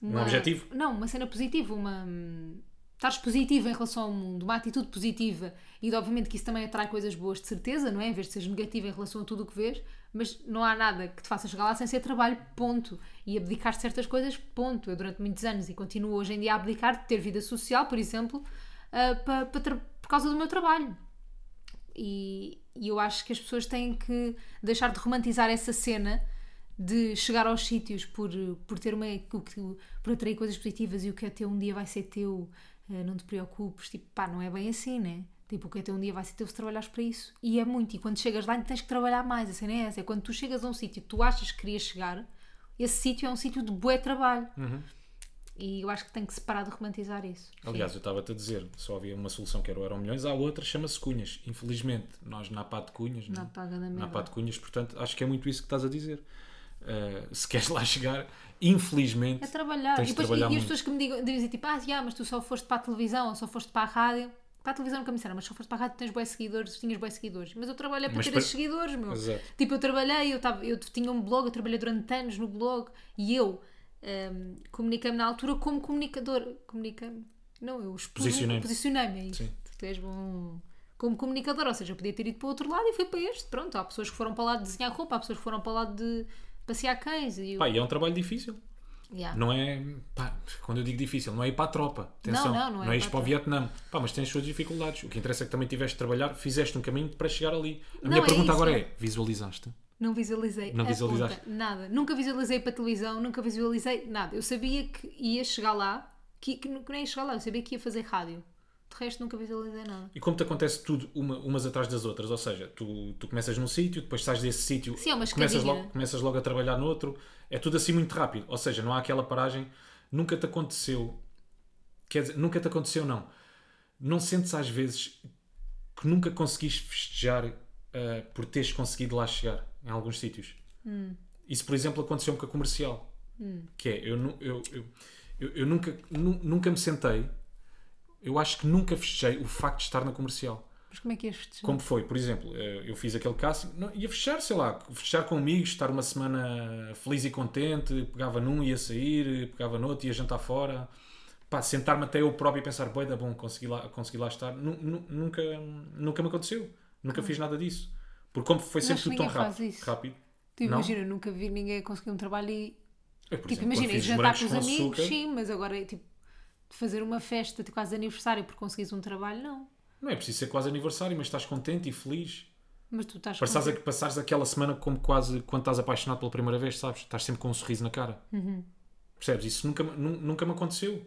uma- objetivo? Não, uma cena positiva, uma. hum, Estares positiva em relação ao mundo, uma atitude positiva e obviamente que isso também atrai coisas boas, de certeza, não é? Em vez de seres negativa em relação a tudo o que vês, mas não há nada que te faça chegar lá sem ser trabalho, ponto. E abdicar de certas coisas, ponto. Eu durante muitos anos e continuo hoje em dia a abdicar de ter vida social, por exemplo, ah, pa- pa tra- por causa do meu trabalho. E, e eu acho que as pessoas têm que deixar de romantizar essa cena de chegar aos sítios por, por ter uma o que- por atrair coisas positivas e o que é teu um dia vai ser teu, eh, não te preocupes, tipo, pá, não é bem assim, né? Tipo, o que é teu um dia vai ser teu se trabalhares para isso. E é muito, e quando chegas lá ainda tens que trabalhar mais, a cena é essa, é quando tu chegas a um sítio que tu achas que querias chegar, esse sítio é um sítio de bué trabalho. E eu acho que tem que separar de romantizar isso. Aliás, eu estava-te a dizer, só havia uma solução que era o Euro Milhões, há outra, chama-se Cunhas. Infelizmente, nós na pá de Cunhas, Na né? paga da na merda. é pá de Cunhas, portanto, acho que é muito isso que estás a dizer. uh, se queres lá chegar, infelizmente. É trabalhar. Tens e, de depois, trabalhar e- e as muito. pessoas que me digam, dizem tipo, ah, já, mas tu só foste para a televisão ou só foste para a rádio. Para a televisão nunca me disseram, mas só foste para a rádio, tens bons seguidores, tinhas bons seguidores. Mas eu trabalhei para Mas ter para- esses seguidores, meu. Exato. Tipo, eu trabalhei, eu, tava, eu tinha um blog, eu trabalhei durante anos no blog e eu hum, comuniquei-me na altura como comunicador. Comuniquei-me. Não, eu expus- Posicionei-me. Posicionei-me. é isso. Sim. Tu és bom como comunicador, ou seja, eu podia ter ido para o outro lado e fui para este. Pronto, há pessoas que foram para lá de desenhar roupa, há pessoas que foram para lá de passear cães. E eu... Pá, e é um trabalho difícil. Yeah. Não é. Pá, quando eu digo difícil, não é ir para a tropa. Atenção, não, não é ir ir para a para o tropa. Vietnã. Pá, mas tens as suas dificuldades. O que interessa é que também tiveste de trabalhar, fizeste um caminho para chegar ali. A Não, minha é pergunta isso. agora é: visualizaste? Não visualizei Não a visualizaste? ponta, nada. Nunca visualizei para a televisão, nunca visualizei nada. Eu sabia que ia chegar lá, que, que nu- que nem ia chegar lá, eu sabia que ia fazer rádio. De resto, nunca visualizei nada. E como te acontece tudo uma- umas atrás das outras, ou seja, tu, tu começas num sítio, depois sais desse sítio, Sim, é uma começas, escadinha. logo, começas logo a trabalhar no outro, é tudo assim muito rápido, ou seja, não há aquela paragem, nunca te aconteceu, quer dizer, nunca te aconteceu não, não sentes às vezes que nunca conseguiste festejar ah, por teres conseguido lá chegar, em alguns sítios. Hum. Isso, por exemplo, aconteceu-me com a comercial, que é, eu, nu- eu, eu, eu, eu nunca, nu- nunca me sentei, eu acho que nunca festejei o facto de estar na comercial. Mas como é que este. Como foi, por exemplo, eh, eu fiz aquele casting, não, ia fechar, sei lá, fechar com amigos, estar uma semana feliz e contente, pegava num, ia sair, pegava noutro, ia jantar fora, pá, sentar-me até eu próprio e pensar, boi, dá bom, consegui lá, consegui lá estar. Nu- nu- nunca, nunca me aconteceu, nunca fiz nada disso. Porque como foi sempre acho que tudo tão ninguém faz rápido, isso. rápido. Tu Não? Tipo, imagina, nunca vi ninguém conseguir um trabalho e. Eu, por Tipo, exemplo, quando imagina, ir fiz jantar morangos com os com amigos, açúcar, sim, mas agora é tipo. de Fazer uma festa, tipo quase aniversário, porque conseguires um trabalho, não. não é preciso ser quase aniversário, mas estás contente e feliz. Mas tu estás. Passares, a, contente. passares aquela semana como quase quando estás apaixonado pela primeira vez, sabes? Estás sempre com um sorriso na cara. Uhum. Percebes? Isso nunca, me- nu- nunca me aconteceu.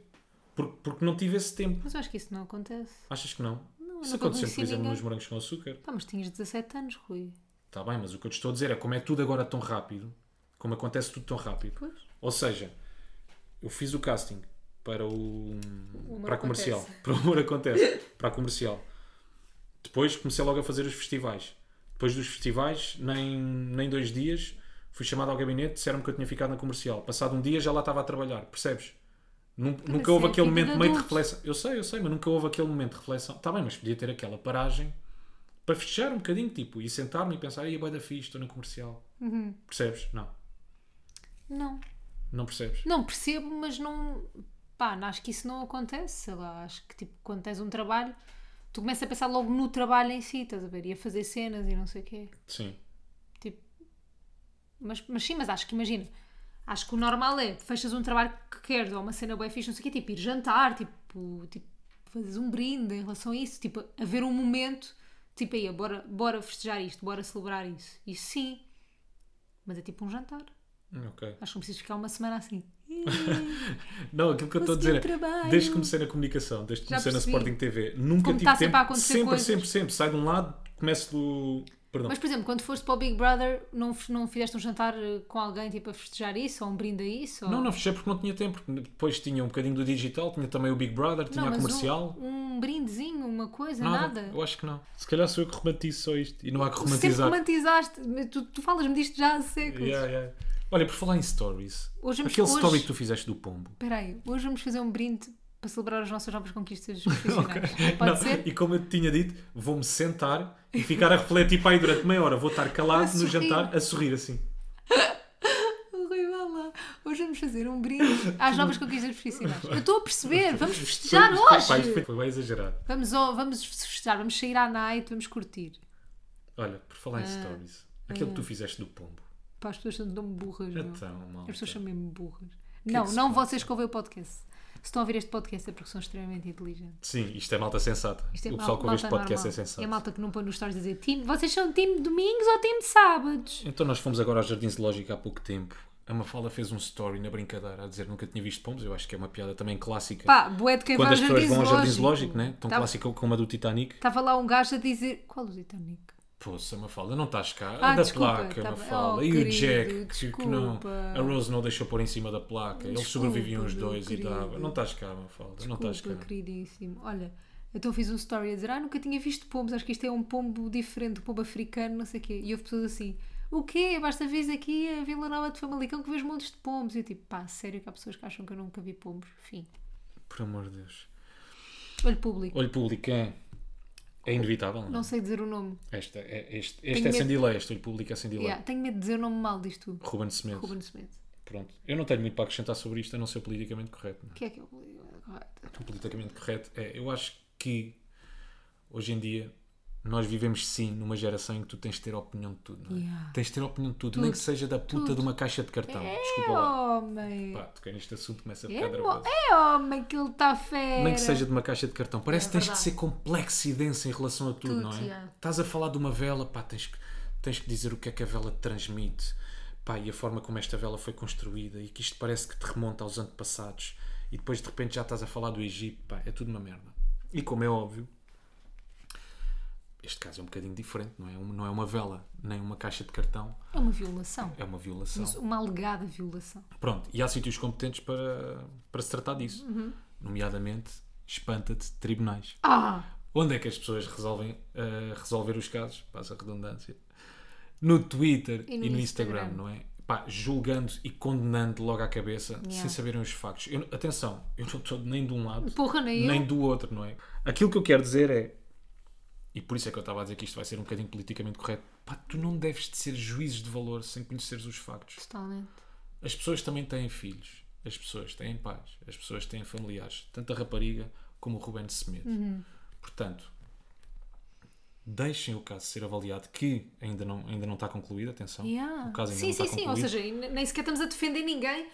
Porque, porque não tive esse tempo. Mas eu acho que isso não acontece. Achas que não? eu isso nunca aconteceu, conheci por exemplo, ninguém. nos morangos com açúcar. Pá, mas tinhas 17 anos, Rui. Está bem, mas o que eu te estou a dizer é como é tudo agora tão rápido, como acontece tudo tão rápido. Pois. Ou seja, eu fiz o casting para o. Humor para a comercial. Acontece. Para o humor acontece. para a comercial. Depois comecei logo a fazer os festivais. Depois dos festivais, nem, nem dois dias, fui chamado ao gabinete, disseram-me que eu tinha ficado na comercial. Passado um dia já lá estava a trabalhar, percebes? Nun- mas Nunca houve é a aquele vida de momento meio de adultos. reflexão. Eu sei, eu sei, mas nunca houve aquele momento de reflexão. Está bem, mas podia ter aquela paragem para fechar um bocadinho, tipo, e sentar-me e pensar, ia boi da fixe, estou na comercial. Uhum. Percebes? Não. Não. Não percebes? Não, percebo, mas não. Pá, não, acho que isso não acontece. Sei lá, acho que tipo, quando tens um trabalho, tu começas a pensar logo no trabalho em si, estás a ver? E a fazer cenas e não sei o quê. Sim. Tipo. Mas, mas sim, mas acho que imagina. Acho que o normal é, fechas um trabalho que queres, ou uma cena bem fixe, não sei o quê, tipo, ir jantar, tipo, tipo fazes um brinde em relação a isso, tipo, haver um momento, tipo, aí, bora, bora festejar isto, bora celebrar isso. Isso sim. Mas é tipo um jantar. Hum, Ok. Acho que não precisas ficar uma semana assim. Não, aquilo que eu estou a dizer Consegui um é, Ah, trabalho. desde que comecei na comunicação, desde que Já comecei na percebi. Sporting TV, nunca Como tive está tempo. sempre a acontecer sempre, coisas. sempre, sempre. Sai de um lado, começo do. Perdão. Mas, por exemplo, quando foste para o Big Brother, não, f- não fizeste um jantar eh, com alguém tipo a festejar isso ou um brinde a isso? Ou... Não, não fechei porque não tinha tempo. porque Depois tinha um bocadinho do digital, tinha também o Big Brother, tinha Não, a mas comercial. Um, um brindezinho, uma coisa, nada. nada. Eu acho que não. Se calhar sou eu que romantizo só isto. E não há que Sempre romantizar. romantizaste. mas Tu, tu falas-me disto já há séculos. Yeah, yeah. Olha, por falar em stories, Hoje vamos- aquele hoje- story que tu fizeste do Pombo. Espera aí, hoje vamos fazer um brinde para celebrar as nossas novas conquistas profissionais. é? Pode Não, ser? E como eu te tinha dito, vou-me sentar e ficar a refletir para aí durante meia hora. Vou estar calado no sorrir. jantar a sorrir assim. O Oh, Rui, vá lá. Hoje vamos fazer um brinde às novas conquistas profissionais. Eu estou a perceber, vamos festejar Foi- hoje! Pá, isto foi- foi bem exagerado. Vamos, ao- vamos festejar, vamos sair à night, vamos curtir. Olha, por falar Ah, em stories, aquilo que tu fizeste do pombo. Pá, as pessoas são tão burras, não Então, malta. As pessoas são mesmo burras. não, que se não passa? vocês que ouvem o podcast. Se estão a ouvir este podcast é porque são extremamente inteligentes. Sim, isto é malta sensata. Isto é o mal- pessoal que ouve este malta podcast é normal. sensato. É malta que não põe nos stories a dizer time. Vocês são time de domingos ou time de sábados? Então nós fomos agora ao Jardim Zoológico há pouco tempo. A Mafalda fez um story na brincadeira a dizer nunca tinha visto pombos. Eu acho que é uma piada também clássica. Pá, bué de quem Quando vai as ao pessoas jardim vão zoológico. ao Tá Jardim Zoológico, né? Tão Tava- clássica como a do Titanic. Estava lá um gajo a dizer. Qual o Titanic? Poça, Mafalda, não estás cá. Ah, da desculpa, placa, tá bem. Mafalda. Oh, e o querido, Jack, que- que, não. desculpa. A Rose não deixou pôr em cima da placa. Eles Desculpa, sobreviviam os meu dois querido. e dava. Não estás cá, Mafalda. não tá estás Desculpa, cá. queridíssimo. Olha, então fiz um story a dizer: Ah, nunca tinha visto pombos, acho que isto é um pombo diferente, um pombo africano, não sei o quê. E houve pessoas assim: o quê? Basta vês aqui a Vila Nova de Famalicão que vês montes de pombos. E eu tipo, pá, sério que há pessoas que acham que eu nunca vi pombos. Fim. Por amor de Deus. Olho público. Olho público é. É inevitável, não é? Não sei dizer o nome. Esta, é, este este é medo. sem delay, este olho público é sem delay. Yeah, tenho medo de dizer o nome mal disto tudo. Ruben Semedo. Ruben Smith. Pronto. Eu não tenho muito para acrescentar sobre isto, a não ser politicamente correto. não O que é que é o correto? é? O Politicamente correto é. Eu acho que hoje em dia nós vivemos sim numa geração em que tu tens de ter opinião de tudo, não é? Yeah. Tens de ter opinião de tudo, nem que seja da puta de uma caixa de cartão. Desculpa É lá. homem! Pá, toquei neste assunto, começa a É, ficar mo- nervoso. é homem que ele está fera. Nem que seja de uma caixa de cartão. É Parece que tens verdade. de ser complexo e denso em relação a tudo, Tudo, não é? yeah. Estás a falar de uma vela, pá, tens que, tens que dizer o que é que a vela te transmite, pá, e a forma como esta vela foi construída, e que isto parece que te remonta aos antepassados, e depois de repente já estás a falar do Egito, pá, é tudo uma merda. E como é óbvio, este caso é um bocadinho diferente, não é? Um- Não é uma vela, nem uma caixa de cartão, É uma violação. é uma violação. Mas Uma alegada violação. Pronto, e há sítios competentes para, para se tratar disso. Uhum. Nomeadamente, espanta-te, tribunais. Ah! Onde é que as pessoas resolvem ah, resolver os casos? Passa a redundância. No Twitter e no, Instagram, Instagram. não é? Pá, julgando e condenando logo à cabeça, Yeah. sem saberem os factos. Eu- atenção, eu não estou nem de um lado, Porra, nem, nem eu. do outro, não é? Aquilo que eu quero dizer é, e por isso é que eu estava a dizer que isto vai ser um bocadinho politicamente correto, pá, tu não deves de ser juízes de valor sem conheceres os factos. Totalmente. As pessoas também têm filhos, as pessoas têm pais, as pessoas têm familiares, tanto a rapariga como o Ruben Semedo. Uhum. Portanto, deixem o caso ser avaliado, que ainda não, ainda não está concluído, atenção. Yeah. O caso ainda sim, não sim, está sim. Ou concluído. seja, n- nem sequer estamos a defender ninguém.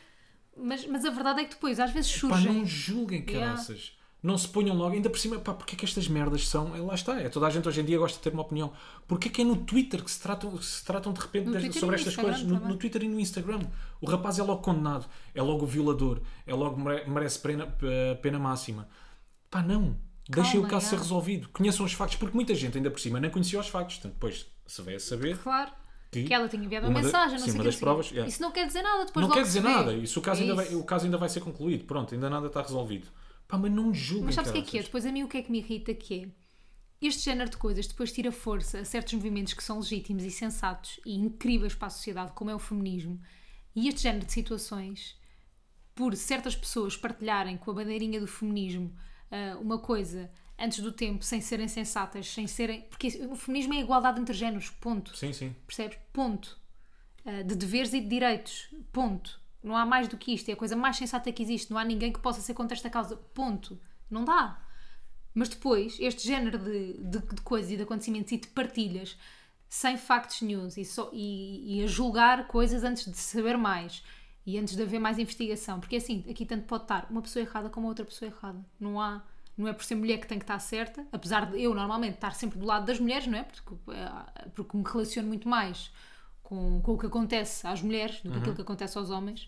Mas, mas a verdade é que depois, às vezes Pá, surgem. não julguem, Yeah. caraças. Não se ponham logo, ainda por cima, pá, porque é que estas merdas são? É, lá está, é toda a gente hoje em dia gosta de ter uma opinião. Porque é que é no Twitter que se tratam, que se tratam de repente No destas- Twitter e sobre no estas Instagram coisas? No, também. no Twitter e no Instagram. O rapaz é logo condenado, é logo o violador, é logo mere- merece pena, p- pena máxima. Pá, não. Deixem o Calma, caso ser yeah. resolvido. Conheçam os factos, porque muita gente ainda por cima nem conhecia os factos. Portanto, depois se vai a saber. um, Claro. Que- Que ela tinha enviado uma, uma da- mensagem, não sim, sei uma o quê, das não sei o quê. provas, yeah. Isso não quer dizer nada. Depois Não logo quer se dizer vê. nada. Isso, o, caso É ainda vai, isso. o caso ainda vai ser concluído. Pronto, ainda nada está resolvido. Pá, mas não julguem. Mas sabes o que é caraças. que é? Depois a mim o que é que me irrita que é este género de coisas depois tira força a certos movimentos que são legítimos e sensatos e incríveis para a sociedade, como é o feminismo, e este género de situações, por certas pessoas partilharem com a bandeirinha do feminismo ah, uma coisa antes do tempo, sem serem sensatas, sem serem. Porque o feminismo é a igualdade entre géneros, ponto. Sim, sim. Percebes? Ponto. Ah, de deveres e de direitos. Ponto. Não há mais do que isto. É a coisa mais sensata que existe. Não há ninguém que possa ser contra esta causa. Ponto. Não dá. Mas depois, este género de, de, de coisas e de acontecimentos e de partilhas sem factos news e, só, e, e a julgar coisas antes de saber mais e antes de haver mais investigação. Porque assim, aqui tanto pode estar uma pessoa errada como outra pessoa errada. Não há. Não é por ser mulher que tem que estar certa, apesar de eu normalmente estar sempre do lado das mulheres, não é? Porque, eh, porque me relaciono muito mais com, com o que acontece às mulheres do que aquilo que acontece aos homens.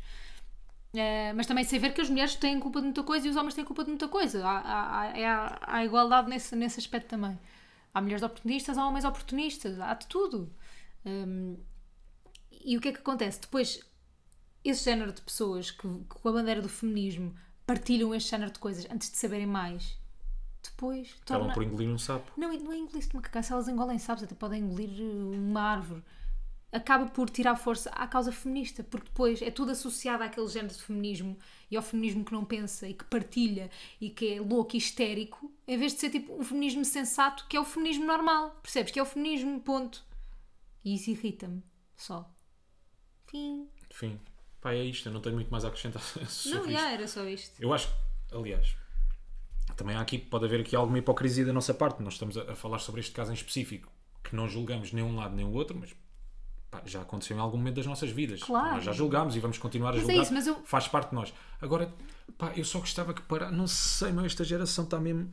Uh, mas também sei ver que as mulheres têm culpa de muita coisa e os homens têm culpa de muita coisa. Há, há- há- é a- há igualdade nesse, nesse aspecto também. Há mulheres oportunistas, há homens oportunistas, há de tudo. Um, e o que é que acontece? Depois, esse género de pessoas que, que com a bandeira do feminismo partilham este género de coisas antes de saberem mais, depois Acabam torna. por engolir um sapo. Não, não é engolir isto de uma cagaça, elas engolem, sabes? Até podem engolir uh, uma árvore. Acaba por tirar força à causa feminista, porque depois é tudo associado àquele género de feminismo e ao feminismo que não pensa e que partilha e que é louco e histérico, em vez de ser tipo um feminismo sensato, que é o feminismo normal, percebes? Que é o feminismo, ponto. E isso irrita-me, só. Fim. Enfim. Pá, é isto. Eu não tenho muito mais a acrescentar sobre não, é. isto. já era só isto. Eu acho, que, aliás, também há aqui, pode haver aqui alguma hipocrisia da nossa parte. Nós estamos a, a falar sobre este caso em específico, que não julgamos nem um lado nem o outro, mas pá, já aconteceu em algum momento das nossas vidas. Claro. Nós já julgámos e vamos continuar a Mas é julgar. isso, mas eu- Faz parte de nós. Agora, pá, eu só gostava que parar. Não sei, meu, esta geração está mesmo.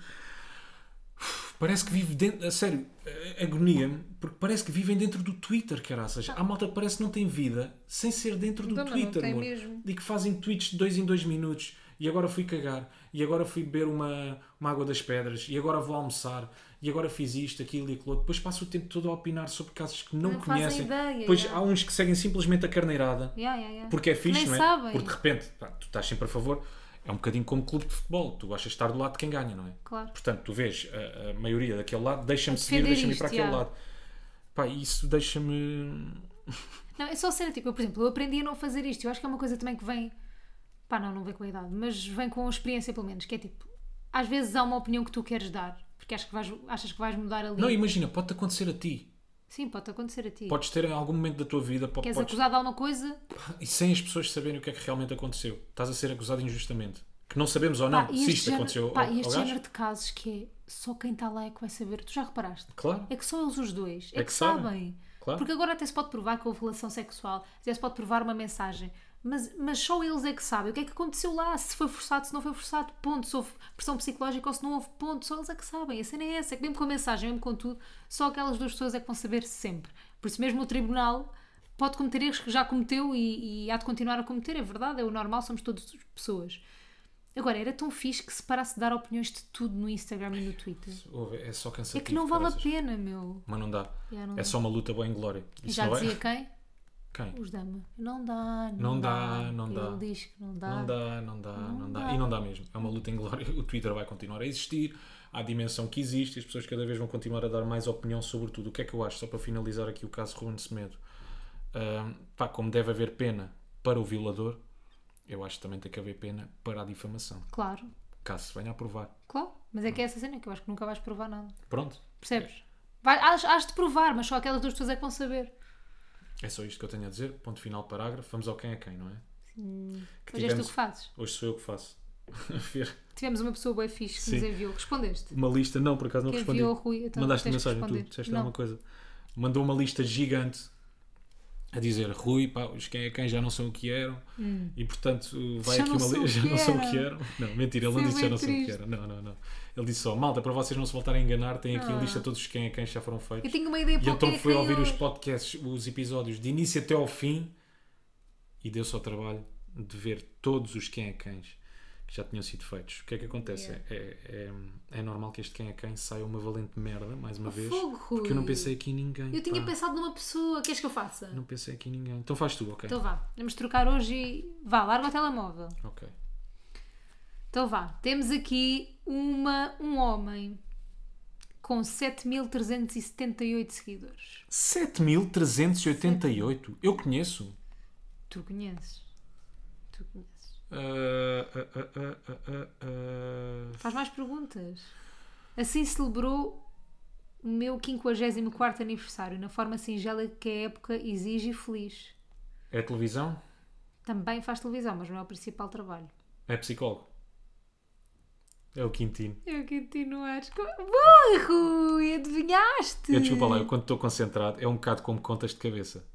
Parece que vive dentro. A sério, a- agonia-me, porque parece que vivem dentro do Twitter, caraças. Há malta que parece que não tem vida sem ser dentro do Não, mas não Twitter, tem amor. mesmo. E que fazem tweets de dois em dois minutos. E agora fui cagar. E agora fui beber uma, uma água das pedras. E agora vou almoçar. E agora fiz isto, aquilo e aquilo. outro. Depois passo o tempo todo a opinar sobre casos que não, Não fazem conhecem. ideia, depois já. há uns que seguem simplesmente a carneirada. Já, já, já. Porque é fixe, Nem não é? sabem. Porque de repente, pá, tu estás sempre a favor. É um bocadinho como clube de futebol. Tu achas de estar do lado de quem ganha, não é? Claro. Portanto, tu vês a, a maioria daquele lado, deixa-me A seguir, defender deixa-me ir isto, para aquele já. lado. Pá, isso deixa-me Não, é só cena, tipo, eu, por exemplo, eu aprendi a não fazer isto. Eu acho que é uma coisa também que vem. Pá, não, não vem com a idade, mas vem com a experiência, pelo menos. Que é tipo, às vezes há uma opinião que tu queres dar, porque achas que vais, achas que vais mudar ali. Não, imagina, pode-te acontecer a ti. Sim, pode acontecer a ti. Podes ter em algum momento da tua vida, po- Queres podes- acusar de alguma coisa? e sem as pessoas saberem o que é que realmente aconteceu. Estás a ser acusado injustamente. Que não sabemos ou não Pá, e se este isto género- aconteceu pá, ao, e ao este gajo. género de casos que é só quem está lá é que vai saber. Tu já reparaste? Claro. É que só eles os dois. É, É que, que sabem. sabem. Claro. Porque agora até se pode provar que houve relação sexual, até se pode provar uma mensagem. Mas, mas só eles é que sabem o que é que aconteceu lá, se foi forçado, se não foi forçado, ponto. Se houve pressão psicológica ou se não houve ponto, só eles é que sabem. A cena é essa, é que mesmo com a mensagem, mesmo com tudo, só aquelas duas pessoas é que vão saber sempre. Por isso mesmo o tribunal pode cometer erros que já cometeu e, e há de continuar a cometer, é verdade, é o normal, somos todas pessoas. Agora, era tão fixe que se parasse de dar opiniões de tudo no Instagram e no Twitter. Ouve, É só É cansativo. que não vale a caraças. pena, meu. Mas não dá. Já não é dá. só uma luta boa em glória. Isso Já não é? dizia quem? Quem? Os dama. Não dá, não, Não dá, não Ele dá. diz que não dá. Não dá, não dá, não, dá. E não dá mesmo. É uma luta em glória. O Twitter vai continuar a existir. Há a dimensão que existe. e As pessoas cada vez vão continuar a dar mais opinião sobre tudo. O que é que eu acho? Só para finalizar aqui o caso Ruben Semedo. Ahm, pá, como deve haver pena para o violador, eu acho que também tem que haver pena para a difamação. Claro, Caso se venha a provar. claro. Mas é que é essa cena que eu acho que nunca vais provar nada. Pronto. Percebes? Vai, has, has de provar, mas só aquelas duas pessoas é que vão saber. É só isto que eu tenho a dizer. Ponto final, parágrafo. Vamos ao quem é quem, não é? Que Mas és tu tivemos- que fazes. Hoje sou eu que faço. Ver. Tivemos uma pessoa bem fixe que nos Sim. enviou. Respondeste. uma lista, não, por acaso não Que respondi. enviou o Rui, então Mandaste tens que mensagem, tu responder. disseste Não. alguma coisa. Mandou uma lista gigante a dizer Rui, pá, os quem é quem já não são o que eram e portanto Hum. vai Já aqui não uma são o lista, já que não são o que eram. eram. Não, mentira, ele não Isso é disse já bem não são o que triste. eram. Não, não, não. Ele disse só, malta, para vocês não se voltarem a enganar, tem aqui Ah. a lista de todos os quem é quem já foram feitos. Eu tinha uma ideia E para o então que é fui que ouvir eu- os podcasts, os episódios de início até ao fim e deu-se ao trabalho de ver todos os quem é quens que já tinham sido feitos. O que é que acontece? Yeah. É, é- é normal que este quem é quem saia uma valente merda, mais uma vez. Oh, fogo, porque eu não Rui. pensei aqui em ninguém. Eu tinha pá. pensado numa pessoa. Queres que eu faça? Não pensei aqui em ninguém. Então faz tu, ok? Então vá. Vamos trocar hoje e. Vá, larga o telemóvel. Ok. Então vá, temos aqui uma, um homem com 7.378 seguidores. 7388? Eu conheço. Tu conheces? Tu conheces. Ah, ah, ah, ah, ah, ah, ah. Faz mais perguntas. Assim celebrou o meu 54 aniversário, na forma singela que a época exige e feliz. É televisão? Também faz televisão, mas não é o principal trabalho. É psicólogo? É o Quintino. Eu continuo a esco- Boa, Rui! Adivinhaste! Eu, desculpa lá, eu quando estou concentrado é um bocado como contas de cabeça.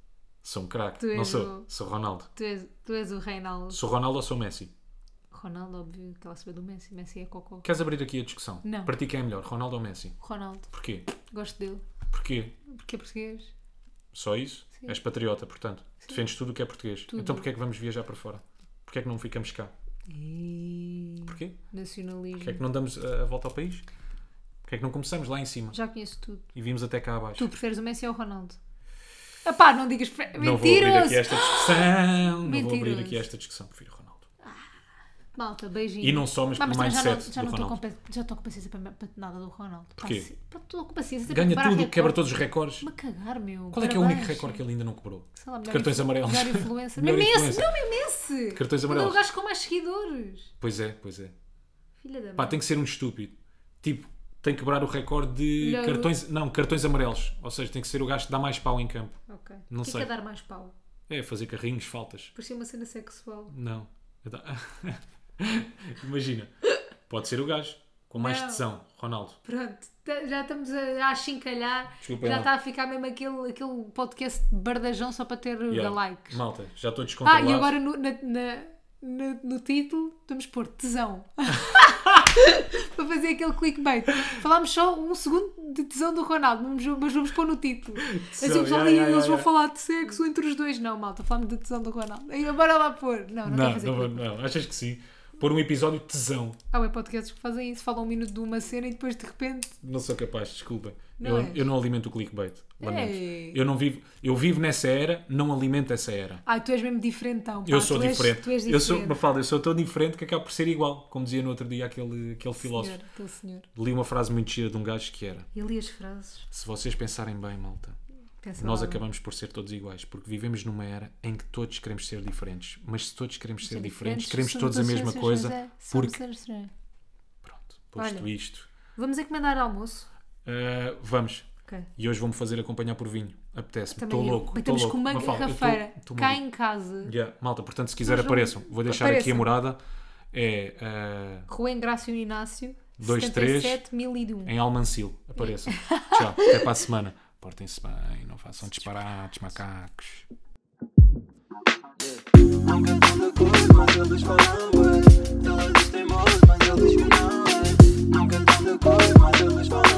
Sou um craque. Tu Não és sou. o- Sou Ronaldo. Tu és, tu és o Reinaldo. Sou Ronaldo ou sou Messi? Ronaldo, óbvio, que ela saber do Messi. Messi é cocô. Queres abrir aqui a discussão? Não. Para ti quem é melhor, Ronaldo ou Messi? Ronaldo, Porquê? gosto dele. Porquê? Porque é português. Só isso? Sim. És patriota, portanto. Defendes tudo o que é português. Tudo. Então porquê é que vamos viajar para fora? Porquê é que não ficamos cá? Porquê? Nacionalismo. Porquê é que não damos a, a volta ao país? Porquê é que não começamos lá em cima Já conheço tudo. e vimos até cá abaixo? Tu preferes o Messi ou o Ronaldo? Epá, não digas. pre- Não vou abrir Mentiroso! aqui esta discussão. não vou abrir Mentiroso. aqui esta discussão. Prefiro Ronaldo. Malta, beijinho. E não só, mas Pá, pelo também já não, mindset já do não estou Ronaldo. com, pa- já estou com paciência para, para nada do Ronaldo. Porquê? Estou com paciência para Ganha quebrar tudo, recordes. quebra todos os recordes. Mas cagar, meu. Qual é que é o parabéns. único recorde que ele ainda não cobrou? Sei lá, melhor cartões influ- amarelos. Melhor influencer. Melhor mesmo esse, influencer. não, mesmo esse. Cartões Ele É o amarelos. gajo com mais seguidores. Pois é, pois é. Filha da Pá, mãe. tem que ser um estúpido. Tipo, tem que quebrar o recorde de Melhor- cartões. Não, cartões amarelos. Ou seja, tem que ser o gajo que dá mais pau em campo. Ok. Não o que é sei. que é dar mais pau? É, fazer carrinhos, faltas. Parecia uma cena sexual. Não. Eu ta- Imagina. Pode ser o gajo. Com mais Não. tesão, Ronaldo. Pronto, tá- já estamos a, a achincalhar. Desculpa, já não. está a ficar mesmo aquele, aquele podcast de bardajão só para ter eh, Yeah. likes. Malta, já estou Ah, descontrolado. e agora no, na- na- na- no título vamos pôr tesão. para fazer aquele clickbait. Falámos só um segundo de tesão do Ronaldo, mas mas vamos pôr no título. assim o pessoal yeah, diz, yeah, eles yeah, vão yeah." falar de sexo entre os dois. Não, malta, falámos de tesão do Ronaldo. E agora lá pôr. Não, não, quero Não, fazer não, clickbait. não. Achas que sim? Pôr um episódio de tesão. Há web podcasts que fazem isso, falam um minuto de uma cena e depois de repente. Não sou capaz, desculpem. Não eu, és? eu não alimento o clickbait. Lamento. Ei. Eu não vivo. Eu vivo nessa era, não alimento essa era. Ah, tu és mesmo diferentão. pá, Eu sou tu és- diferente. tu és Eu sou, diferente. Mafalda, eu sou tão diferente que acabo por ser igual, como dizia no outro dia aquele, aquele filósofo. Senhor, aquele senhor. Li uma frase muito gira de um gajo que era: E li as frases. Se vocês pensarem bem, malta, Pensa nós lá, acabamos por ser todos iguais, porque vivemos numa era em que todos queremos ser diferentes. Mas se todos queremos ser, diferentes, queremos somos todos a as mesma gerações coisa. José, somos Porque. as gerações. Pronto, posto Olha. isto. Vamos encomendar almoço? ah, vamos. Ok. E hoje vou-me fazer acompanhar por vinho. Apetece-me. Também Estou eu. louco. Estou Batemos louco. com uma Mafalda, eu tô- garrafeira tô cá maluco. em casa. Yeah, Malta, portanto, se quiser Mas não- apareçam. Vou deixar aqui a Apareçam. morada. É ah, Rua Engrácio Inácio, Dois, 77001. em Almancil. Apareçam. Tchau. Até para a semana. Portem-se bem, não façam disparates, macacos. Nunca tanta coisa, mas eles falam bem. Eles têm voz, mas eles me não é. Nunca tanta coisa, mas eles falam